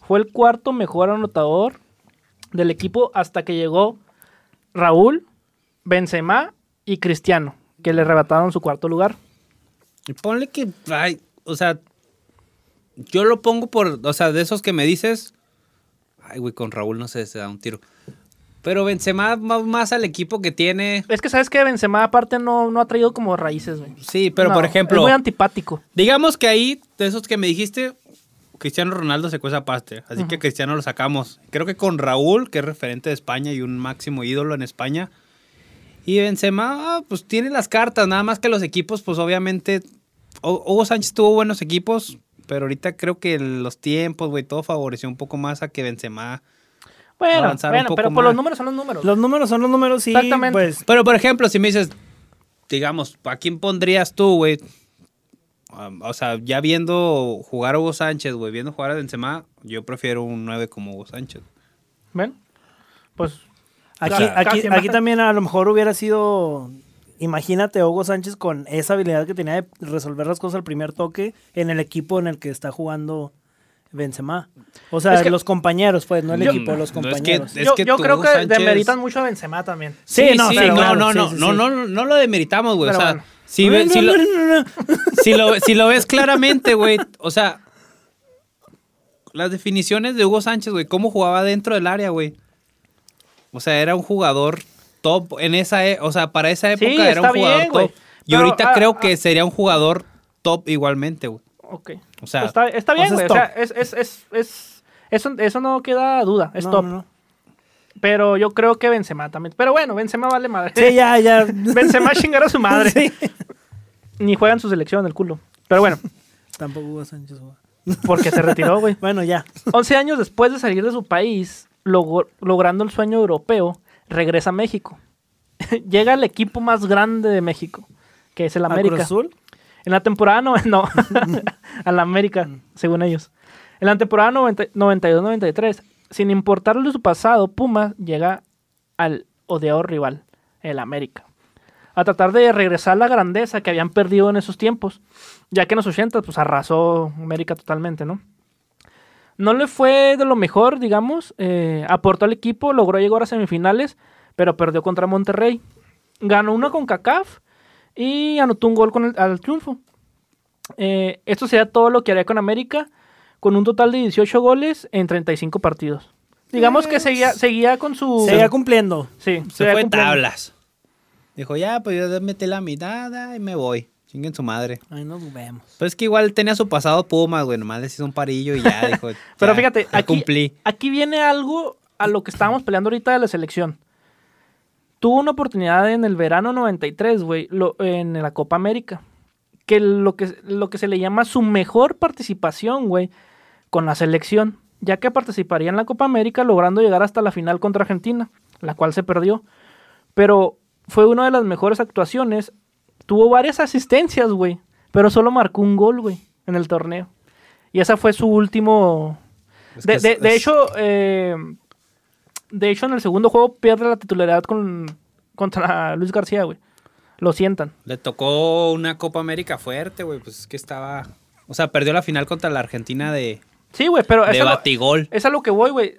S3: Fue el cuarto mejor anotador del equipo hasta que llegó Raúl, Benzema y Cristiano, que le arrebataron su cuarto lugar.
S2: Y Ponle que, ay, o sea, yo lo pongo por, o sea, de esos que me dices, ay, güey, con Raúl no sé, se da un tiro. Pero Benzema va más al equipo que tiene.
S3: Es que sabes que Benzema aparte no, no ha traído como raíces, güey.
S2: Sí, pero
S3: No,
S2: por ejemplo,
S3: Es muy antipático.
S2: digamos que ahí, de esos que me dijiste, Cristiano Ronaldo se cuesta aparte. Así que Cristiano lo sacamos. Creo que con Raúl, que es referente de España y un máximo ídolo en España. Y Benzema, ah, pues tiene las cartas, nada más que los equipos, pues obviamente. Hu- Hugo Sánchez tuvo buenos equipos, pero ahorita creo que los tiempos, güey, todo favoreció un poco más a que Benzema.
S3: Bueno,
S2: avanzar un
S3: bueno
S2: poco
S3: pero
S2: más.
S3: por los números son los números.
S4: Los números son los números, sí.
S3: Exactamente.
S4: Pues,
S2: Pero por ejemplo, si me dices, digamos, ¿a quién pondrías tú, güey? Um, o sea, ya viendo jugar a Hugo Sánchez, güey, viendo jugar a Benzema, yo prefiero un 9 como Hugo Sánchez.
S3: ¿Ven? Pues
S4: aquí,
S3: Claro.
S4: aquí,
S3: Casi
S4: aquí
S3: más.
S4: también a lo mejor hubiera sido. Imagínate a Hugo Sánchez con esa habilidad que tenía de resolver las cosas al primer toque en el equipo en el que está jugando Benzema. O sea,
S3: Es que-
S4: los compañeros, pues, no el
S2: Yo-
S4: equipo, los
S2: no, es que-
S4: compañeros.
S2: Es
S3: yo, yo
S2: tú,
S3: creo que
S2: Sánchez-
S3: demeritan mucho a Benzema también.
S4: Sí, no,
S2: no,
S4: pero
S2: no,
S4: bueno,
S2: no,
S4: sí,
S2: no,
S4: sí,
S2: no,
S4: sí.
S2: no, no lo demeritamos, güey. O
S3: Pero
S2: sea,
S3: bueno.
S2: si, ve- si lo, si, lo, si lo ves claramente, güey, o sea, las definiciones de Hugo Sánchez, güey, cómo jugaba dentro del área, güey. O sea, era un jugador top en esa, e- o sea, para esa
S3: Sí,
S2: época era un
S3: está bien,
S2: jugador
S3: güey.
S2: top. Y
S3: Pero,
S2: ahorita
S3: ah,
S2: creo
S3: ah.
S2: que sería un jugador top igualmente, güey.
S3: Ok.
S2: O sea,
S3: está, está bien,
S4: pues es
S3: güey. O sea, es, es, es, es- eso, eso no queda duda. Es
S4: No,
S3: top.
S4: no, no.
S3: Pero yo creo que Benzema también. Pero bueno, Benzema vale madre.
S4: Sí, ya,
S3: [laughs]
S4: ya.
S3: Benzema chingar a
S2: [laughs]
S3: su madre.
S4: Sí.
S3: Ni juega en su selección el culo. Pero bueno,
S4: Tampoco Hugo Sánchez. güey.
S3: porque se retiró, güey.
S4: Bueno, ya.
S3: 11 años después de salir de su país, logo- logrando el sueño europeo, regresa a México. [laughs] Llega al equipo más grande de México, que es el
S4: ¿A Cruz
S3: América.
S4: Azul?
S3: En la temporada no, no [laughs] al América,
S4: Mm.
S3: según ellos. En la temporada 90 92-93, sin importarle su pasado, Pumas llega al odiado rival, el América. A tratar de regresar la grandeza que habían perdido en esos tiempos, ya que en los 80 pues arrasó América totalmente, ¿no? No le fue de lo mejor, digamos. eh, aportó al equipo, logró llegar a semifinales, pero perdió contra Monterrey. Ganó una con CACAF y anotó un gol con el- al triunfo. Eh, esto sería todo lo que haría con América, con un total de 18 goles en 35 partidos. Digamos que seguía, seguía con su...
S4: Seguía cumpliendo.
S3: Sí,
S2: Se
S3: seguía
S2: fue en
S3: cumpliendo.
S2: tablas. Dijo, ya, pues yo metí la mitad ah, y me voy. Chinguen su madre.
S4: Ahí nos vemos.
S2: Pues es que igual tenía su pasado Pumas, güey. Nomás les hizo un parillo y ya, dijo.
S3: [laughs] Pero
S2: ya,
S3: fíjate,
S2: ya
S3: aquí,
S2: cumplí.
S3: aquí viene algo a lo que estábamos peleando ahorita de la selección. Tuvo una oportunidad en el verano 93, güey, lo- en la Copa América. Que lo, que lo que se le llama su mejor participación, güey, con la selección. Ya que participaría en la Copa América logrando llegar hasta la final contra Argentina, la cual se perdió. Pero fue una de las mejores actuaciones. Tuvo varias asistencias, güey. Pero solo marcó un gol, güey, en el torneo. Y esa fue su último
S2: Es
S3: de,
S2: que es-
S3: de- de
S2: es-
S3: hecho, eh, de hecho, en el segundo juego pierde la titularidad con, contra Luis García, güey. Lo sientan.
S2: Le tocó una Copa América fuerte, güey. Pues es que estaba. O sea, perdió la final contra la Argentina de,
S3: Sí, güey, pero
S2: de
S3: es a, lo,
S2: Batigol.
S3: es a lo que voy, güey.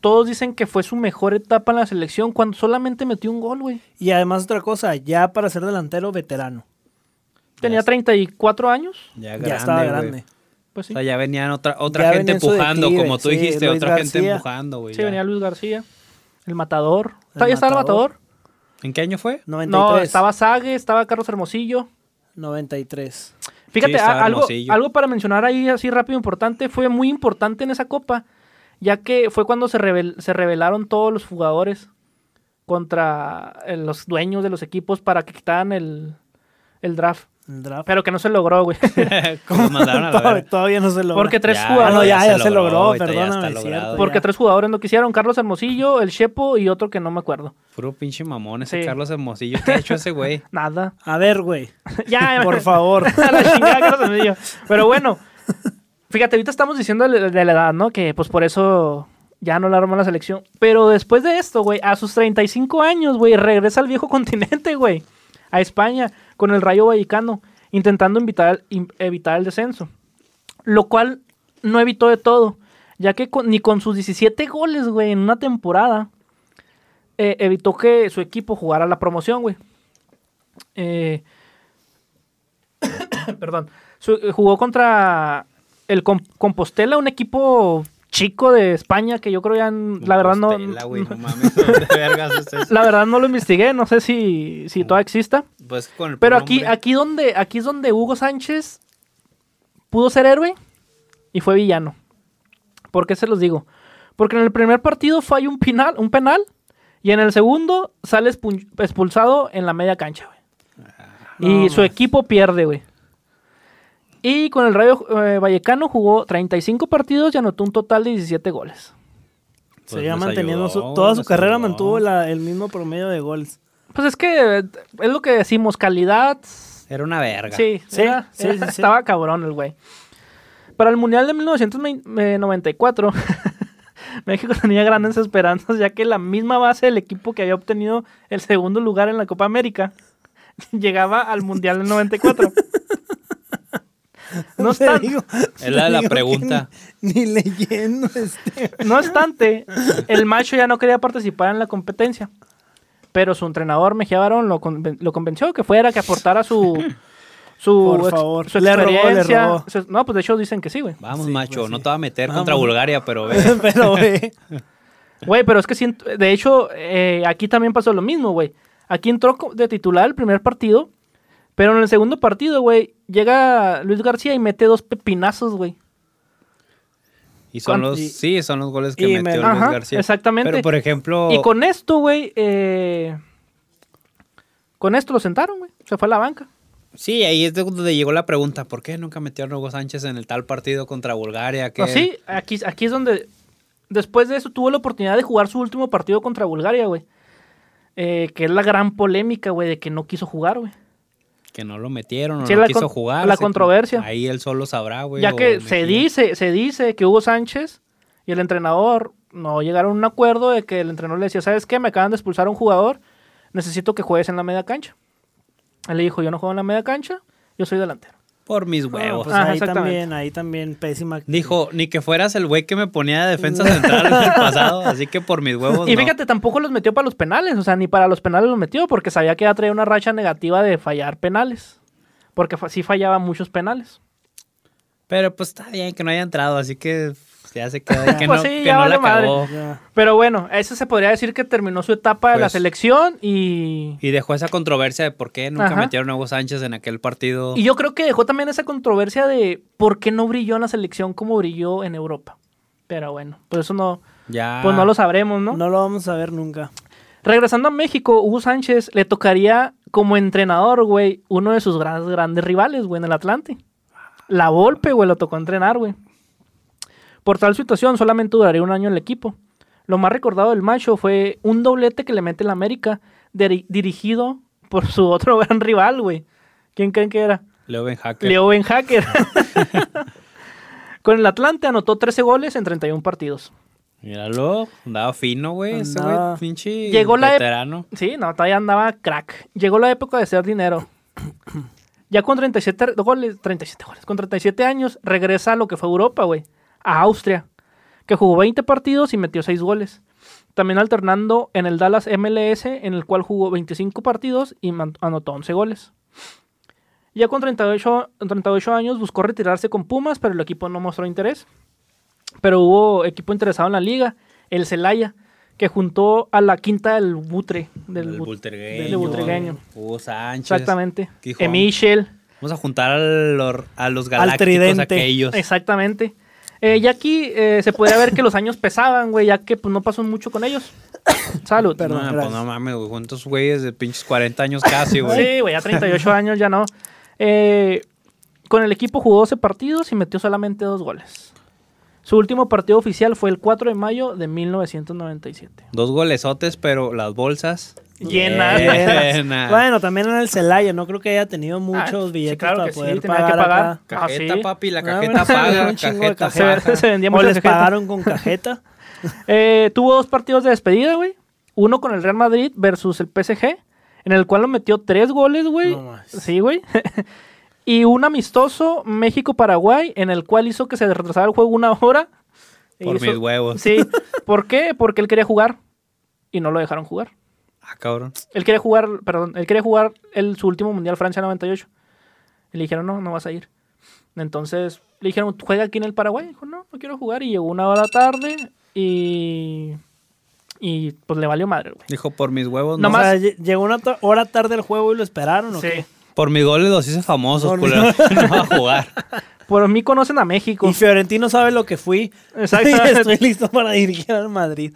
S3: Todos dicen que fue su mejor etapa en la selección cuando solamente metió un gol, güey.
S4: Y además otra cosa, ya para ser delantero, veterano.
S3: Tenía
S2: Ya-
S3: 34 años.
S2: Ya,
S4: ya estaba
S2: güey.
S4: grande.
S3: Pues sí.
S2: O sea, ya venían otra, otra
S4: Ya
S2: gente
S4: venía en su
S2: empujando,
S4: declive,
S2: como tú
S4: sí,
S2: dijiste,
S4: Luis
S2: otra gente
S4: García.
S2: empujando, güey.
S3: Sí,
S2: ya.
S3: venía Luis García. El matador.
S4: El
S3: ¿Todavía estaba el matador?
S2: ¿En qué año fue?
S4: 93.
S3: No, estaba Sague, estaba Carlos Hermosillo.
S4: 93.
S3: Fíjate,
S2: Sí, estaba
S3: a- algo,
S2: Hermosillo.
S3: algo para mencionar ahí así rápido importante, fue muy importante en esa copa, ya que fue cuando se, revel- se revelaron todos los jugadores contra eh, los dueños de los equipos para que quitaran el, el draft.
S4: El draft.
S3: Pero que no se logró, güey.
S2: [laughs] Como mandaron a la
S4: [laughs] Todavía-
S2: verga.
S4: Todavía no se logra.
S3: Porque tres
S4: Ah, no,
S3: jugadores.
S4: ya, ya se logró,
S2: ahorita ya está
S4: perdóname, es
S2: logrado.
S4: cierto.
S3: [laughs] Porque
S4: ya.
S3: tres jugadores no quisieron, Carlos Hermosillo, el Chepo y otro que no me acuerdo.
S2: Puro pinche mamón ese
S3: Sí.
S2: Carlos Hermosillo. ¿Qué ha hecho ese
S4: [laughs]
S2: güey?
S3: Nada. [laughs]
S4: A ver, güey.
S3: ya,
S4: [laughs] Por favor.
S3: [laughs] A la chingada, Carlos Hermosillo. Pero bueno, fíjate, ahorita estamos diciendo de de la edad, ¿no? Que pues por eso ya no la armó la selección. Pero después de esto, güey, a sus [laughs] 35 años, güey, regresa al viejo continente, güey, a España, con el Rayo Vallecano. intentando evitar, im- evitar el descenso, lo cual no evitó de todo, ya que con- ni con sus 17 goles, güey, en una temporada, eh, evitó que su equipo jugara la promoción, güey. Eh, [coughs] perdón, Su- eh, jugó contra el Com- Compostela, un equipo chico de España que yo creo ya, n- la verdad no,
S2: Compostela, Pues, güey, no mames,
S4: [laughs]
S2: ¿dónde vergas es eso?
S3: [laughs] la verdad no lo investigué, no sé si, si todavía exista.
S2: Pues con el
S3: Pero
S2: pronombre.
S3: aquí, aquí, donde, aquí es donde Hugo Sánchez pudo ser héroe y fue villano. ¿Por qué se los digo? Porque en el primer partido falla un penal, un penal y en el segundo sale expu- expulsado en la media cancha, güey. y
S4: no,
S3: su equipo pierde, güey. Y con el Rayo eh, Vallecano jugó 35 partidos y anotó un total de 17 goles.
S2: Pues
S4: Seguía
S2: nos
S4: manteniendo
S2: ayudó,
S4: su, toda su
S2: nos
S4: carrera
S2: ayudó.
S4: mantuvo la- el mismo promedio de goles.
S3: Pues es que eh, es lo que decimos, calidad
S2: Era una verga.
S3: Sí,
S4: Sí,
S3: era-
S4: sí,
S3: era-
S4: sí, sí.
S3: estaba cabrón el güey. Para el Mundial de 1994, [laughs] México tenía grandes esperanzas, ya que la misma base del equipo que había obtenido el segundo lugar en la Copa América [laughs] llegaba al Mundial
S4: [laughs]
S3: del 94. No
S4: Te
S3: obstante,
S4: digo-
S2: Es la de
S4: te
S2: la
S4: digo que
S2: pregunta.
S4: Ni, ni
S2: [laughs]
S4: leyendo este.
S3: no obstante, el macho ya no quería participar en la competencia. Pero su entrenador, Mejía Barón, lo, conven- lo convenció que fuera que aportara su, su,
S4: Por
S3: ex-
S4: favor.
S3: su
S4: Le robó, le
S3: experiencia.
S4: robó.
S3: Su- No, pues de hecho dicen que sí, güey.
S2: Vamos,
S4: Sí,
S2: macho,
S4: pues sí.
S2: no te va a meter
S4: Vamos.
S2: contra Bulgaria, pero
S4: [laughs]
S2: ve. [laughs]
S4: Pero, güey.
S3: Güey, pero es que siento- de hecho, eh, aquí también pasó lo mismo, güey. Aquí entró co- de titular el primer partido, pero en el segundo partido, güey, llega Luis García y mete dos pepinazos, güey.
S2: Y son
S3: ¿Cuánto?
S2: los,
S4: Y-
S2: sí, son los goles que
S4: y me-
S2: metió Luis
S3: Ajá,
S2: García.
S3: exactamente.
S2: Pero, por ejemplo,
S4: Oh.
S3: Y con esto, güey, eh, con esto lo sentaron, güey. Se fue a la banca.
S2: sí, ahí es donde llegó la pregunta, ¿por qué nunca metió a Hugo Sánchez en el tal partido contra Bulgaria? Que...
S3: No, Pues sí, aquí, aquí es donde. Después de eso tuvo la oportunidad de jugar su último partido contra Bulgaria, güey. Eh, que es la gran polémica, güey, de que no quiso jugar, güey.
S2: Que no lo metieron, o
S3: Sí,
S2: no
S3: la
S2: quiso
S3: con-
S2: jugar.
S3: la
S2: se-
S3: controversia.
S2: Ahí él solo sabrá, güey.
S3: ya
S2: o
S3: que se
S2: Mejía.
S3: dice, se dice que Hugo Sánchez y el entrenador no llegaron a un acuerdo de que el entrenador le decía, ¿sabes qué? Me acaban de expulsar a un jugador, necesito que juegues en la media cancha. Él le dijo, yo no juego en la media cancha, yo soy delantero.
S2: Por mis
S4: Bueno,
S2: huevos.
S4: pues
S3: Ah,
S4: ahí
S3: exactamente.
S4: también, ahí también pésima.
S2: Dijo, ni que fueras el güey que me ponía de
S3: [laughs]
S2: defensa central en el pasado, así que por mis huevos.
S3: y
S2: no.
S3: fíjate, tampoco los metió para los penales, o sea, ni para los penales los metió porque sabía que iba a traer una racha negativa de fallar penales, porque fa- sí fallaba muchos penales.
S2: Pero pues está bien que no haya entrado, así que ya se quedó ahí, que
S3: [laughs] Pues
S2: no,
S3: sí,
S2: que
S3: ya
S2: no
S3: vale
S2: la acabó.
S4: Ya.
S3: Pero bueno, ese se podría decir que terminó su etapa de la
S2: Pues-
S3: selección y...
S2: Y dejó esa controversia de por qué nunca
S3: Ajá.
S2: metieron a Hugo Sánchez en aquel partido.
S3: Y yo creo que dejó también esa controversia de por qué no brilló en la selección como brilló en Europa. Pero bueno, por eso no,
S2: ya.
S3: pues no lo sabremos, ¿no?
S4: ¿No? lo vamos a ver nunca.
S3: Regresando a México, Hugo Sánchez le tocaría como entrenador, güey, uno de sus grandes, grandes rivales, güey, en el Atlante. La Volpe, güey, lo tocó entrenar, güey. Por tal situación, solamente duraría un año en el equipo. Lo más recordado del macho fue un doblete que le mete el América, diri- dirigido por su otro [laughs] gran rival, güey. ¿Quién creen que era?
S2: Leo Ben Hacker.
S3: Leo Ben Hacker. [laughs] Con el Atlante anotó 13 goles en 31 partidos.
S2: Míralo, andaba fino, güey. Ese güey,
S4: Andaba.
S2: pinche
S3: Llegó la ep-
S2: veterano.
S3: Sí, no, todavía andaba crack. Llegó la época de ser dinero. Ya con 37 goles, 37 goles, con 37 años regresa a lo que fue Europa, güey, a Austria, que jugó 20 partidos y metió 6 goles. También alternando en el Dallas MLS, en el cual jugó 25 partidos y man- anotó 11 goles. Ya con 38, 38 años buscó retirarse con Pumas, pero el equipo no mostró interés. Pero hubo equipo interesado en la liga, el Celaya, que juntó a la quinta del Butre. Del
S2: Del
S3: Bu-
S2: Bultergueño.
S3: del Bultergueño.
S2: Hugo Sánchez.
S3: Exactamente.
S2: Quijón.
S3: Emichel.
S2: Vamos a juntar a los, a los galácticos
S4: tridente.
S2: aquellos.
S3: Exactamente. Eh, ya aquí eh, se podía ver que los años pesaban, güey, ya que pues no pasó mucho con ellos. [coughs] Salud.
S2: No,
S4: Perdón,
S2: pues
S4: gracias.
S2: no mames, güey. ¿Cuántos güeyes de pinches 40 años
S3: [laughs]
S2: casi, güey?
S3: Sí, güey, ya 38 años ya no. Eh, con el equipo jugó 12 partidos y metió solamente dos goles. Su último partido oficial fue el 4 de mayo de 1997.
S2: Dos golesotes, pero las bolsas
S3: Llenas.
S2: Llenas.
S4: Bueno, también en el Celaya, no creo que haya tenido muchos
S3: Ah, sí,
S4: billetes
S3: claro
S4: para
S3: que sí,
S4: poder
S3: tenía que
S4: pagar,
S3: pagar.
S4: acá.
S3: Ah,
S2: Cajeta,
S3: sí.
S2: papi, la
S4: Ah,
S2: cajeta
S3: [laughs]
S4: bueno, [laughs] se
S2: paga,
S4: vendieron un chingo de
S2: cajeta
S4: cajeta.
S2: paga.
S3: Se, se vendía
S4: O
S3: mucha
S4: les
S3: cajeta.
S4: pagaron con
S3: [laughs]
S4: cajeta.
S3: [laughs] Eh, tuvo dos partidos de despedida, güey. Uno con el Real Madrid versus el PSG, en el cual lo metió tres goles, güey. [laughs]
S4: No más.
S3: sí, güey. y un amistoso México-Paraguay en el cual hizo que se retrasara el juego una hora. E
S2: Por
S3: hizo-
S2: mis huevos.
S3: Sí, ¿por qué? Porque él quería jugar y no lo dejaron jugar.
S2: Ah, cabrón.
S3: Él quería jugar, perdón, él quería jugar el, su último mundial Francia 98. Y le dijeron, no, no vas a ir. Entonces le dijeron, juega aquí en el Paraguay. Dijo, no, no quiero jugar. Y llegó una hora tarde y. Y pues le valió madre, güey.
S2: Dijo, por mis huevos,
S3: No
S2: no.
S3: más-
S4: O sea, lle- llegó una ta- hora tarde el juego y lo esperaron, ¿o qué?
S3: Sí.
S2: Por mis goles los hice famosos,
S4: Por
S2: culero. [laughs] no va a jugar.
S3: Por mí conocen a México.
S4: Y Fiorentino sabe lo que fui. [laughs]
S3: Exacto.
S4: Y estoy listo para dirigir al Madrid.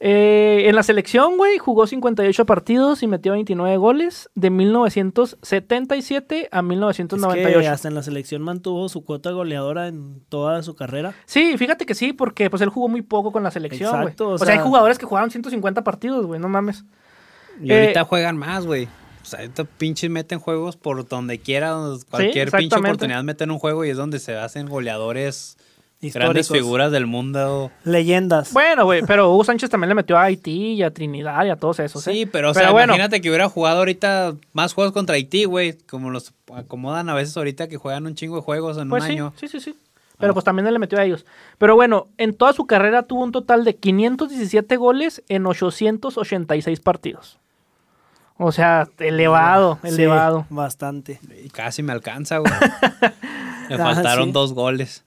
S3: Eh, en la selección, güey, jugó 58 partidos y metió 29 goles de 1977 a
S4: Es
S3: 1998.
S4: que hasta en la selección mantuvo su cuota goleadora en toda su carrera.
S3: Sí, fíjate que sí, porque pues él jugó muy poco con la selección, güey.
S4: Exacto, o
S3: o, sea, hay
S4: sea-
S3: jugadores que jugaron 150 partidos, güey, no mames.
S2: Y
S3: Eh,
S2: ahorita juegan más, güey. O sea, ahorita pinches meten juegos por donde quiera. donde Cualquier pinche
S3: exactamente.
S2: oportunidad meten un juego y es donde se hacen goleadores, grandes
S4: Históricos.
S2: figuras del mundo.
S4: Leyendas.
S3: Bueno, güey, pero Hugo Sánchez también le metió a Haití y a Trinidad y a todos esos.
S2: Sí,
S3: ¿eh?
S2: pero, o sea,
S3: bueno,
S2: imagínate que hubiera jugado ahorita más juegos contra Haití, güey. Como los acomodan a veces ahorita que juegan un chingo de juegos en
S3: pues
S2: un
S3: sí,
S2: año. Ah.
S3: sí, sí, sí. Pero pues también le metió a ellos. Pero bueno, en toda su carrera tuvo un total de 517 goles en 886 partidos. O sea, elevado,
S4: Sí,
S3: elevado. [laughs]
S4: bastante.
S2: Y casi me alcanza, güey. Me
S4: Ah,
S2: faltaron
S4: sí.
S2: dos goles.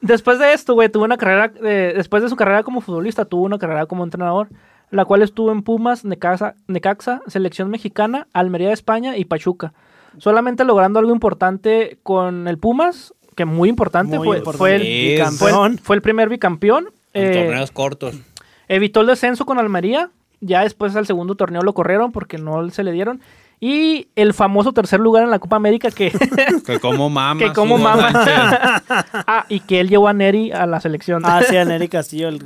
S3: Después de esto, güey, tuvo una carrera, eh, después de su carrera como futbolista, tuvo una carrera como entrenador, la cual estuvo en Pumas, Necaxa, Necaxa, Selección Mexicana, Almería de España y Pachuca. Solamente logrando algo importante con el Pumas, que muy importante,
S4: Muy
S3: fue,
S4: importante.
S3: fue el,
S2: Sí, es-
S3: fue el-
S4: Campeón.
S3: fue el primer bicampeón.
S2: En
S3: eh,
S2: torneos cortos.
S3: evitó el descenso con Almería, ya después al segundo torneo lo corrieron porque no se le dieron. Y el famoso tercer lugar en la Copa América que... [laughs]
S2: Que como mama.
S3: Que como
S2: Hugo
S3: mama. [laughs]
S2: Sánchez.
S3: ah, y que él llevó a Neri a la selección. [laughs]
S4: Ah, sí, a Nery Castillo, el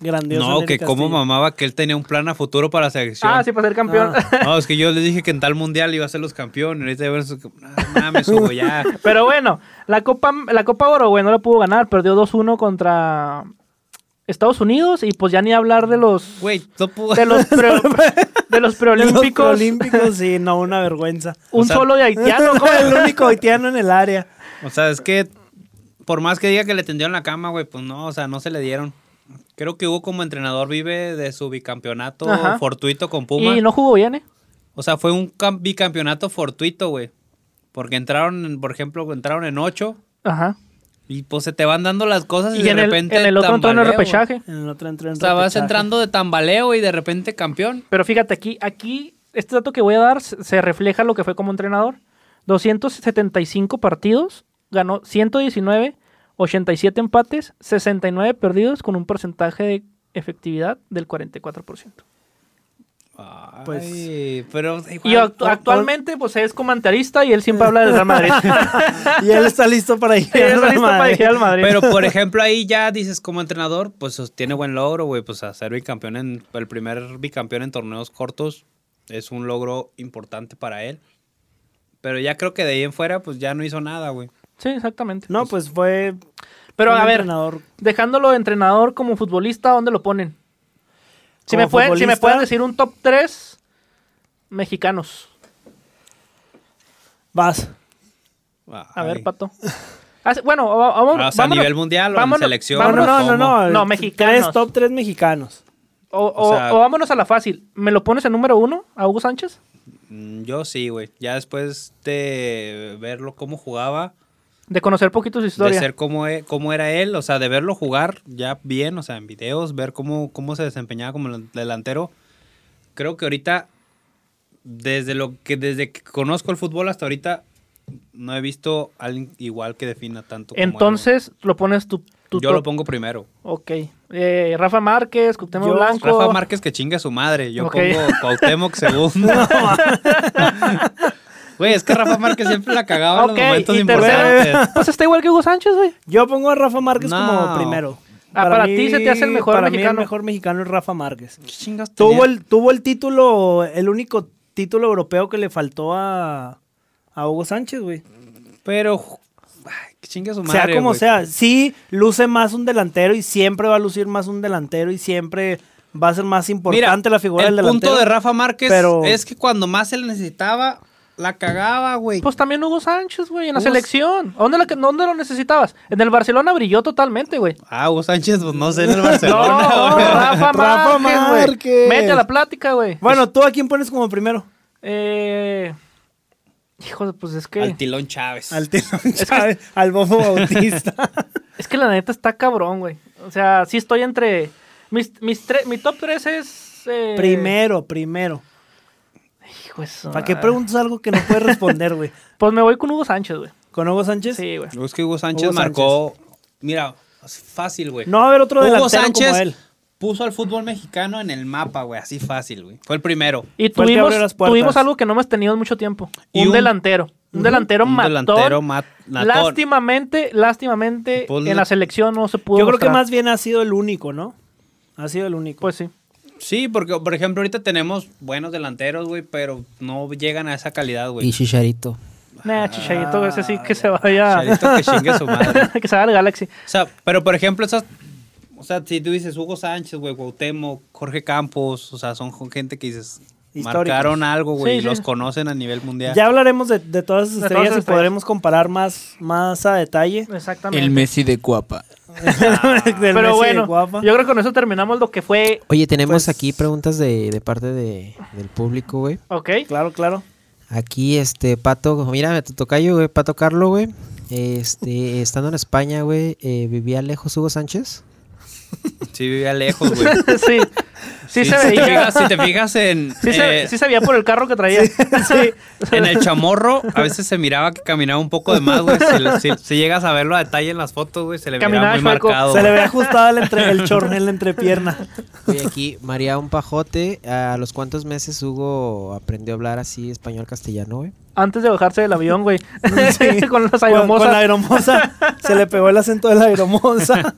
S4: grandioso.
S2: No,
S4: Nery
S2: que como
S4: Castillo.
S2: mamaba que él tenía un plan a futuro para la selección.
S3: Ah, sí, para ser campeón.
S4: Ah.
S2: No, es que yo les dije que en tal mundial iba a ser los campeones. Ahorita ya ven su... No mames, Hugo, ya.
S3: [laughs] Pero bueno, la Copa, la Copa Oro, güey, no la pudo ganar. Perdió 2-1 contra Estados Unidos. Y pues ya ni hablar de los.
S2: Güey, no pudo. [laughs]
S3: De los, pre- de los
S4: Los
S3: preolímpicos.
S4: Olímpicos, sí, no, una vergüenza.
S3: Un
S2: O sea-
S3: solo de [laughs]
S4: [laughs]
S3: haitiano, ¿cómo?
S4: el único haitiano en el área.
S2: O sea, es que por más que diga que le tendieron la cama, güey, pues no, o sea, no se le dieron. Creo que Hugo como entrenador vive de su bicampeonato
S3: Ajá.
S2: fortuito con [laughs] Puma.
S3: Y no jugó bien, ¿eh?
S2: O sea, fue un cam- bicampeonato fortuito, güey. Porque entraron, en- por ejemplo, entraron en ocho
S3: Ajá.
S2: y pues se te van dando las cosas y,
S3: Y,
S2: de
S3: en, el,
S2: repente
S3: en el otro entró en el
S2: tambaleo, güey.
S3: repechaje.
S4: En el otro entró en
S2: O sea, vas
S4: repechaje.
S2: entrando de tambaleo y de repente campeón.
S3: Pero fíjate, aquí, aquí, este dato que voy a dar se se refleja lo que fue como entrenador. 275 partidos, ganó 119, 87 empates, 69 perdidos con un porcentaje de efectividad del 44%.
S4: Pues-
S2: Ay, pero
S3: Y
S2: igual-
S3: actu- actualmente pues es comentarista y él siempre habla del Real
S4: [laughs]
S3: Madrid.
S4: Y él está listo para ir.
S3: Sí, [laughs] él está
S4: al
S3: listo para
S4: Madrid.
S3: dirigir al Madrid. [laughs]
S2: Pero por ejemplo ahí ya dices como entrenador, pues tiene buen logro, güey, pues hacer bicampeón en el primer bicampeón en torneos cortos es un logro importante para él. Pero ya creo que de ahí en fuera pues ya no hizo nada, güey.
S3: Sí, exactamente.
S4: No, pues fue.
S3: Pero
S4: un
S3: a ver,
S4: entrenador.
S3: dejándolo de entrenador como futbolista, ¿dónde lo ponen? Si
S4: Como
S3: me, pueden, si me
S4: futbolista-
S3: pueden decir un top 3 mexicanos.
S4: Vas.
S3: A
S2: Ay.
S3: ver, Pato. Ah, sí, bueno, va- va- vamos.
S2: Ah, o sea, a
S3: vámonos.
S2: nivel mundial o en
S3: vámonos-
S2: selección,
S4: No, no,
S3: vámonos-
S2: Vámonos,
S4: no, no, no. eh,
S3: No,
S4: Tres-
S3: mexicanos.
S4: Tres top tres mexicanos.
S3: o,
S2: o
S3: o-
S2: sea-
S3: o vámonos a la fácil. ¿Me lo pones en número uno a Hugo Sánchez?
S2: Mm, Yo sí, güey. Ya después de verlo cómo jugaba,
S3: De conocer poquito su
S2: de
S3: historia.
S2: ser cómo, e- cómo era él, o sea, de verlo jugar ya bien, o sea, en videos, ver cómo, cómo se desempeñaba como lan- delantero. Creo que ahorita, desde lo que, desde que conozco el fútbol hasta ahorita, no he visto a alguien igual que defina tanto. como él, güey.
S3: Entonces, lo pones tu, tu
S2: yo lo
S3: top.
S2: pongo primero.
S3: Ok. Eh, Rafa Márquez, Cuauhtémoc
S4: Yo,
S3: Blanco.
S2: Rafa Márquez que chinga a su madre. Yo
S3: Ok.
S2: pongo
S3: [laughs]
S2: Cuauhtémoc segundo. [laughs] Güey, es que Rafa Márquez siempre la cagaba
S3: Ok,
S2: en los momentos
S3: y tercero.
S2: importantes.
S3: [laughs] Pues está igual que Hugo Sánchez, güey.
S4: Yo pongo a Rafa Márquez
S2: No.
S4: como primero.
S3: Ah, para ti se te hace el mejor
S4: para Mí
S3: mexicano.
S4: el mejor mexicano es Rafa Márquez.
S2: ¿Qué chingas
S4: Tuvo
S2: tenía?
S4: el, tuvo el título, el único título europeo que le faltó a, a Hugo Sánchez, güey.
S2: Pero, ju- ay, que chingue a su madre.
S4: sea como
S2: güey.
S4: sea, sí luce más un delantero y siempre va a lucir más un delantero y siempre va a ser más importante
S2: Mira,
S4: la figura
S2: el
S4: del delantero.
S2: punto de Rafa Márquez
S4: pero-
S2: es que cuando más se le necesitaba,
S5: la cagaba, güey.
S3: Pues también Hugo Sánchez, güey, en la
S5: Hugo-
S3: selección. ¿A ¿Dónde, la que- dónde lo necesitabas? En el Barcelona brilló totalmente, güey.
S2: Ah, Hugo Sánchez, pues no sé, en el
S3: No,
S4: [laughs]
S2: Barcelona. güey.
S3: Rafa,
S5: Rafa
S3: Márquez, güey.
S5: Márquez.
S3: Mete a la plática, güey.
S4: Bueno, ¿tú a quién pones como primero?
S3: Eh... Hijo, pues es que...
S2: Al Tilón Chávez.
S4: Al
S3: [laughs]
S4: Telón Chávez, al [laughs] Bofo Bautista.
S3: Es que la neta está cabrón, güey. O sea, sí estoy entre... Mis, mis tre- Mi top 3 es... eh,
S4: primero, primero.
S3: Hijo de su
S4: ¿Para qué
S3: madre.
S4: preguntas algo que no puedes responder, güey?
S3: Pues me voy con Hugo Sánchez, güey.
S4: ¿Con Hugo Sánchez?
S3: Sí, güey.
S2: Es que Hugo Sánchez
S4: Hugo
S2: marcó. Mira, es fácil, güey.
S4: No va a haber otro
S2: Hugo
S4: delantero
S2: Sánchez
S4: como él.
S2: puso al fútbol mexicano en el mapa, güey. Así fácil, güey. Fue el primero.
S3: Y
S4: Fue el que
S3: tuvimos,
S4: abrió las puertas.
S3: tuvimos algo que no hemos tenido en mucho tiempo.
S2: Y
S3: un,
S2: un-
S3: delantero. Un delantero
S2: Un
S3: matón.
S2: delantero mat- natón.
S3: Lástimamente, lástimamente,
S2: Ponle-
S3: en la selección no se pudo
S4: Yo creo que
S3: mostrar.
S4: más bien ha sido el único, ¿no? Ha sido el único.
S3: Pues sí.
S2: Sí, porque, por ejemplo, ahorita tenemos buenos delanteros, güey, pero no llegan a esa calidad,
S1: Y
S2: güey.
S1: Chicharito.
S3: Nah, Chicharito, ese sí que se vaya...
S2: Chicharito que chingue su madre.
S3: [laughs] que se vaya al Galaxy.
S2: O sea, pero por ejemplo, esas. O sea, si tú dices Hugo Sánchez, güey, Cuauhtémoc, Jorge Campos, o sea, son jo- gente que dices.
S4: Históricos.
S2: Marcaron algo, güey,
S3: Sí,
S2: y
S3: sí.
S2: los conocen a nivel mundial.
S4: Ya hablaremos de, de todas esas
S3: De todas
S4: estrellas
S3: esas
S4: y podremos comparar más, más a
S3: [laughs]
S4: detalle.
S3: Exactamente.
S5: El Messi de Cuapa.
S4: Del Messi de
S3: Ah, Pero bueno,
S4: Guapa.
S3: yo creo que con eso terminamos lo que fue...
S1: Oye, tenemos
S4: Pues-
S1: aquí preguntas de, de parte de, del público, güey.
S3: Ok.
S4: Claro, claro.
S1: Aquí, este, Pato, mira, tu tocayo, güey, Pato Carlo, güey. Este, estando en España, güey, eh, ¿vivía lejos Hugo Sánchez?
S2: Sí, vivía lejos, güey.
S3: [laughs] sí. sí. se
S2: si Te
S3: veía.
S2: fijas, si te fijas en,
S3: Sí, se,
S2: eh,
S3: sí se veía por el carro que traía. Sí.
S2: en el chamorro, a veces se miraba que caminaba un poco de más, güey. Si, lo- si- si llegas a verlo a detalle en las fotos, güey, se le miraba
S3: Caminaba
S2: muy
S3: chueco.
S2: marcado.
S4: Se le
S2: güey.
S4: ve ajustado el, entre,
S3: [laughs]
S4: el chorro en la entrepierna.
S1: Oye, aquí, María Un Pajote, ¿a los cuántos meses Hugo aprendió a hablar así español-castellano, güey?
S3: Antes de bajarse del avión, güey.
S4: [laughs] Sí.
S3: [laughs]
S4: Con- Con,
S3: con las
S4: la
S3: aeromosas.
S4: aeromosa. Se le pegó el acento de la
S3: [laughs]
S4: aeromosa.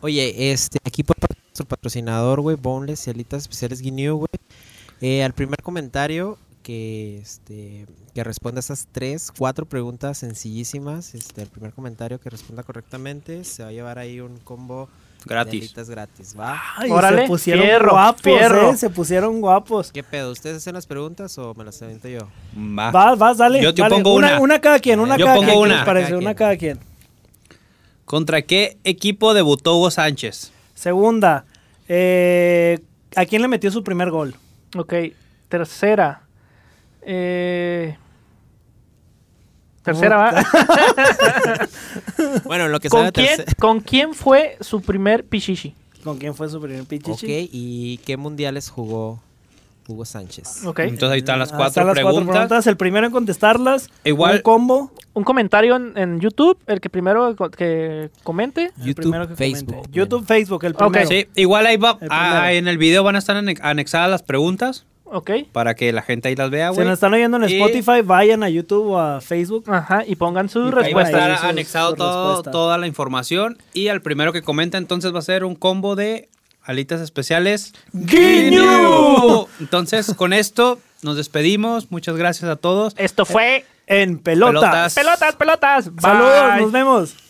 S1: Oye, este, aquí por parte de nuestro patrocinador, güey, Boneless y Alitas Especiales Guineo, güey. Eh, al primer comentario que, este, que responda a esas tres, cuatro preguntas sencillísimas, este, el primer comentario que responda correctamente, se va a llevar ahí un combo de
S2: Gratis.
S1: alitas gratis, ¿va?
S4: Ay,
S3: Órale,
S4: se pusieron
S3: fierro,
S4: guapos,
S3: fierro.
S4: eh, se pusieron guapos.
S1: ¿Qué pedo? ¿Ustedes hacen las preguntas o me las avento
S3: [laughs]
S1: yo?
S2: Va.
S4: Vas, vas, dale.
S2: Yo te
S4: dale.
S2: pongo una.
S4: Una cada quien, una
S2: Yo
S4: cada
S2: pongo
S4: quien. ¿qué
S2: una.
S4: les parece?
S1: Cada
S4: una
S1: quien.
S4: cada quien.
S2: ¿Contra qué equipo debutó Hugo Sánchez?
S4: Segunda, eh, ¿a quién le metió su primer gol?
S3: Ok. Tercera. Eh... Tercera, ¿va?
S1: Bueno, en lo que
S3: ¿Con
S1: sabe
S3: quién,
S1: tercer-
S3: ¿Con quién fue su primer pichichi?
S4: ¿Con quién fue su primer
S1: Ok,
S4: pichichi?
S1: ¿y qué mundiales jugó Hugo Sánchez?
S3: Ok.
S2: Entonces ahí están las
S4: Ah,
S2: cuatro
S4: están las
S2: preguntas.
S4: El primero en contestarlas.
S2: Igual-
S4: Un combo.
S3: Un comentario en, en YouTube, el que primero co- que comente.
S4: el
S1: YouTube,
S4: primero que
S1: Facebook,
S4: comente. YouTube, Facebook, el
S3: Ok.
S4: primero.
S2: Sí, igual ahí va.
S4: El
S2: ah,
S4: primero.
S2: en el video van a estar ane- anexadas las preguntas
S3: Ok.
S2: para que la gente ahí las vea,
S4: Si
S2: ah, güey.
S4: nos están oyendo en
S2: Y-
S4: Spotify, vayan a YouTube o a Facebook.
S3: Ajá. Y pongan su
S4: Y pongan
S2: Ahí va a
S3: respuesta.
S2: estar
S4: Ahí sus-
S2: anexado
S4: sus
S2: todo-
S4: respuestas.
S2: toda la información. Y al primero que comenta, entonces va a ser un combo de alitas especiales.
S4: ¡Guiño!
S2: Entonces, con esto nos despedimos. Muchas gracias a todos.
S3: Esto fue
S4: En pelota.
S2: Pelotas.
S3: Pelotas, Pelotas. Bye.
S4: Saludos, nos vemos.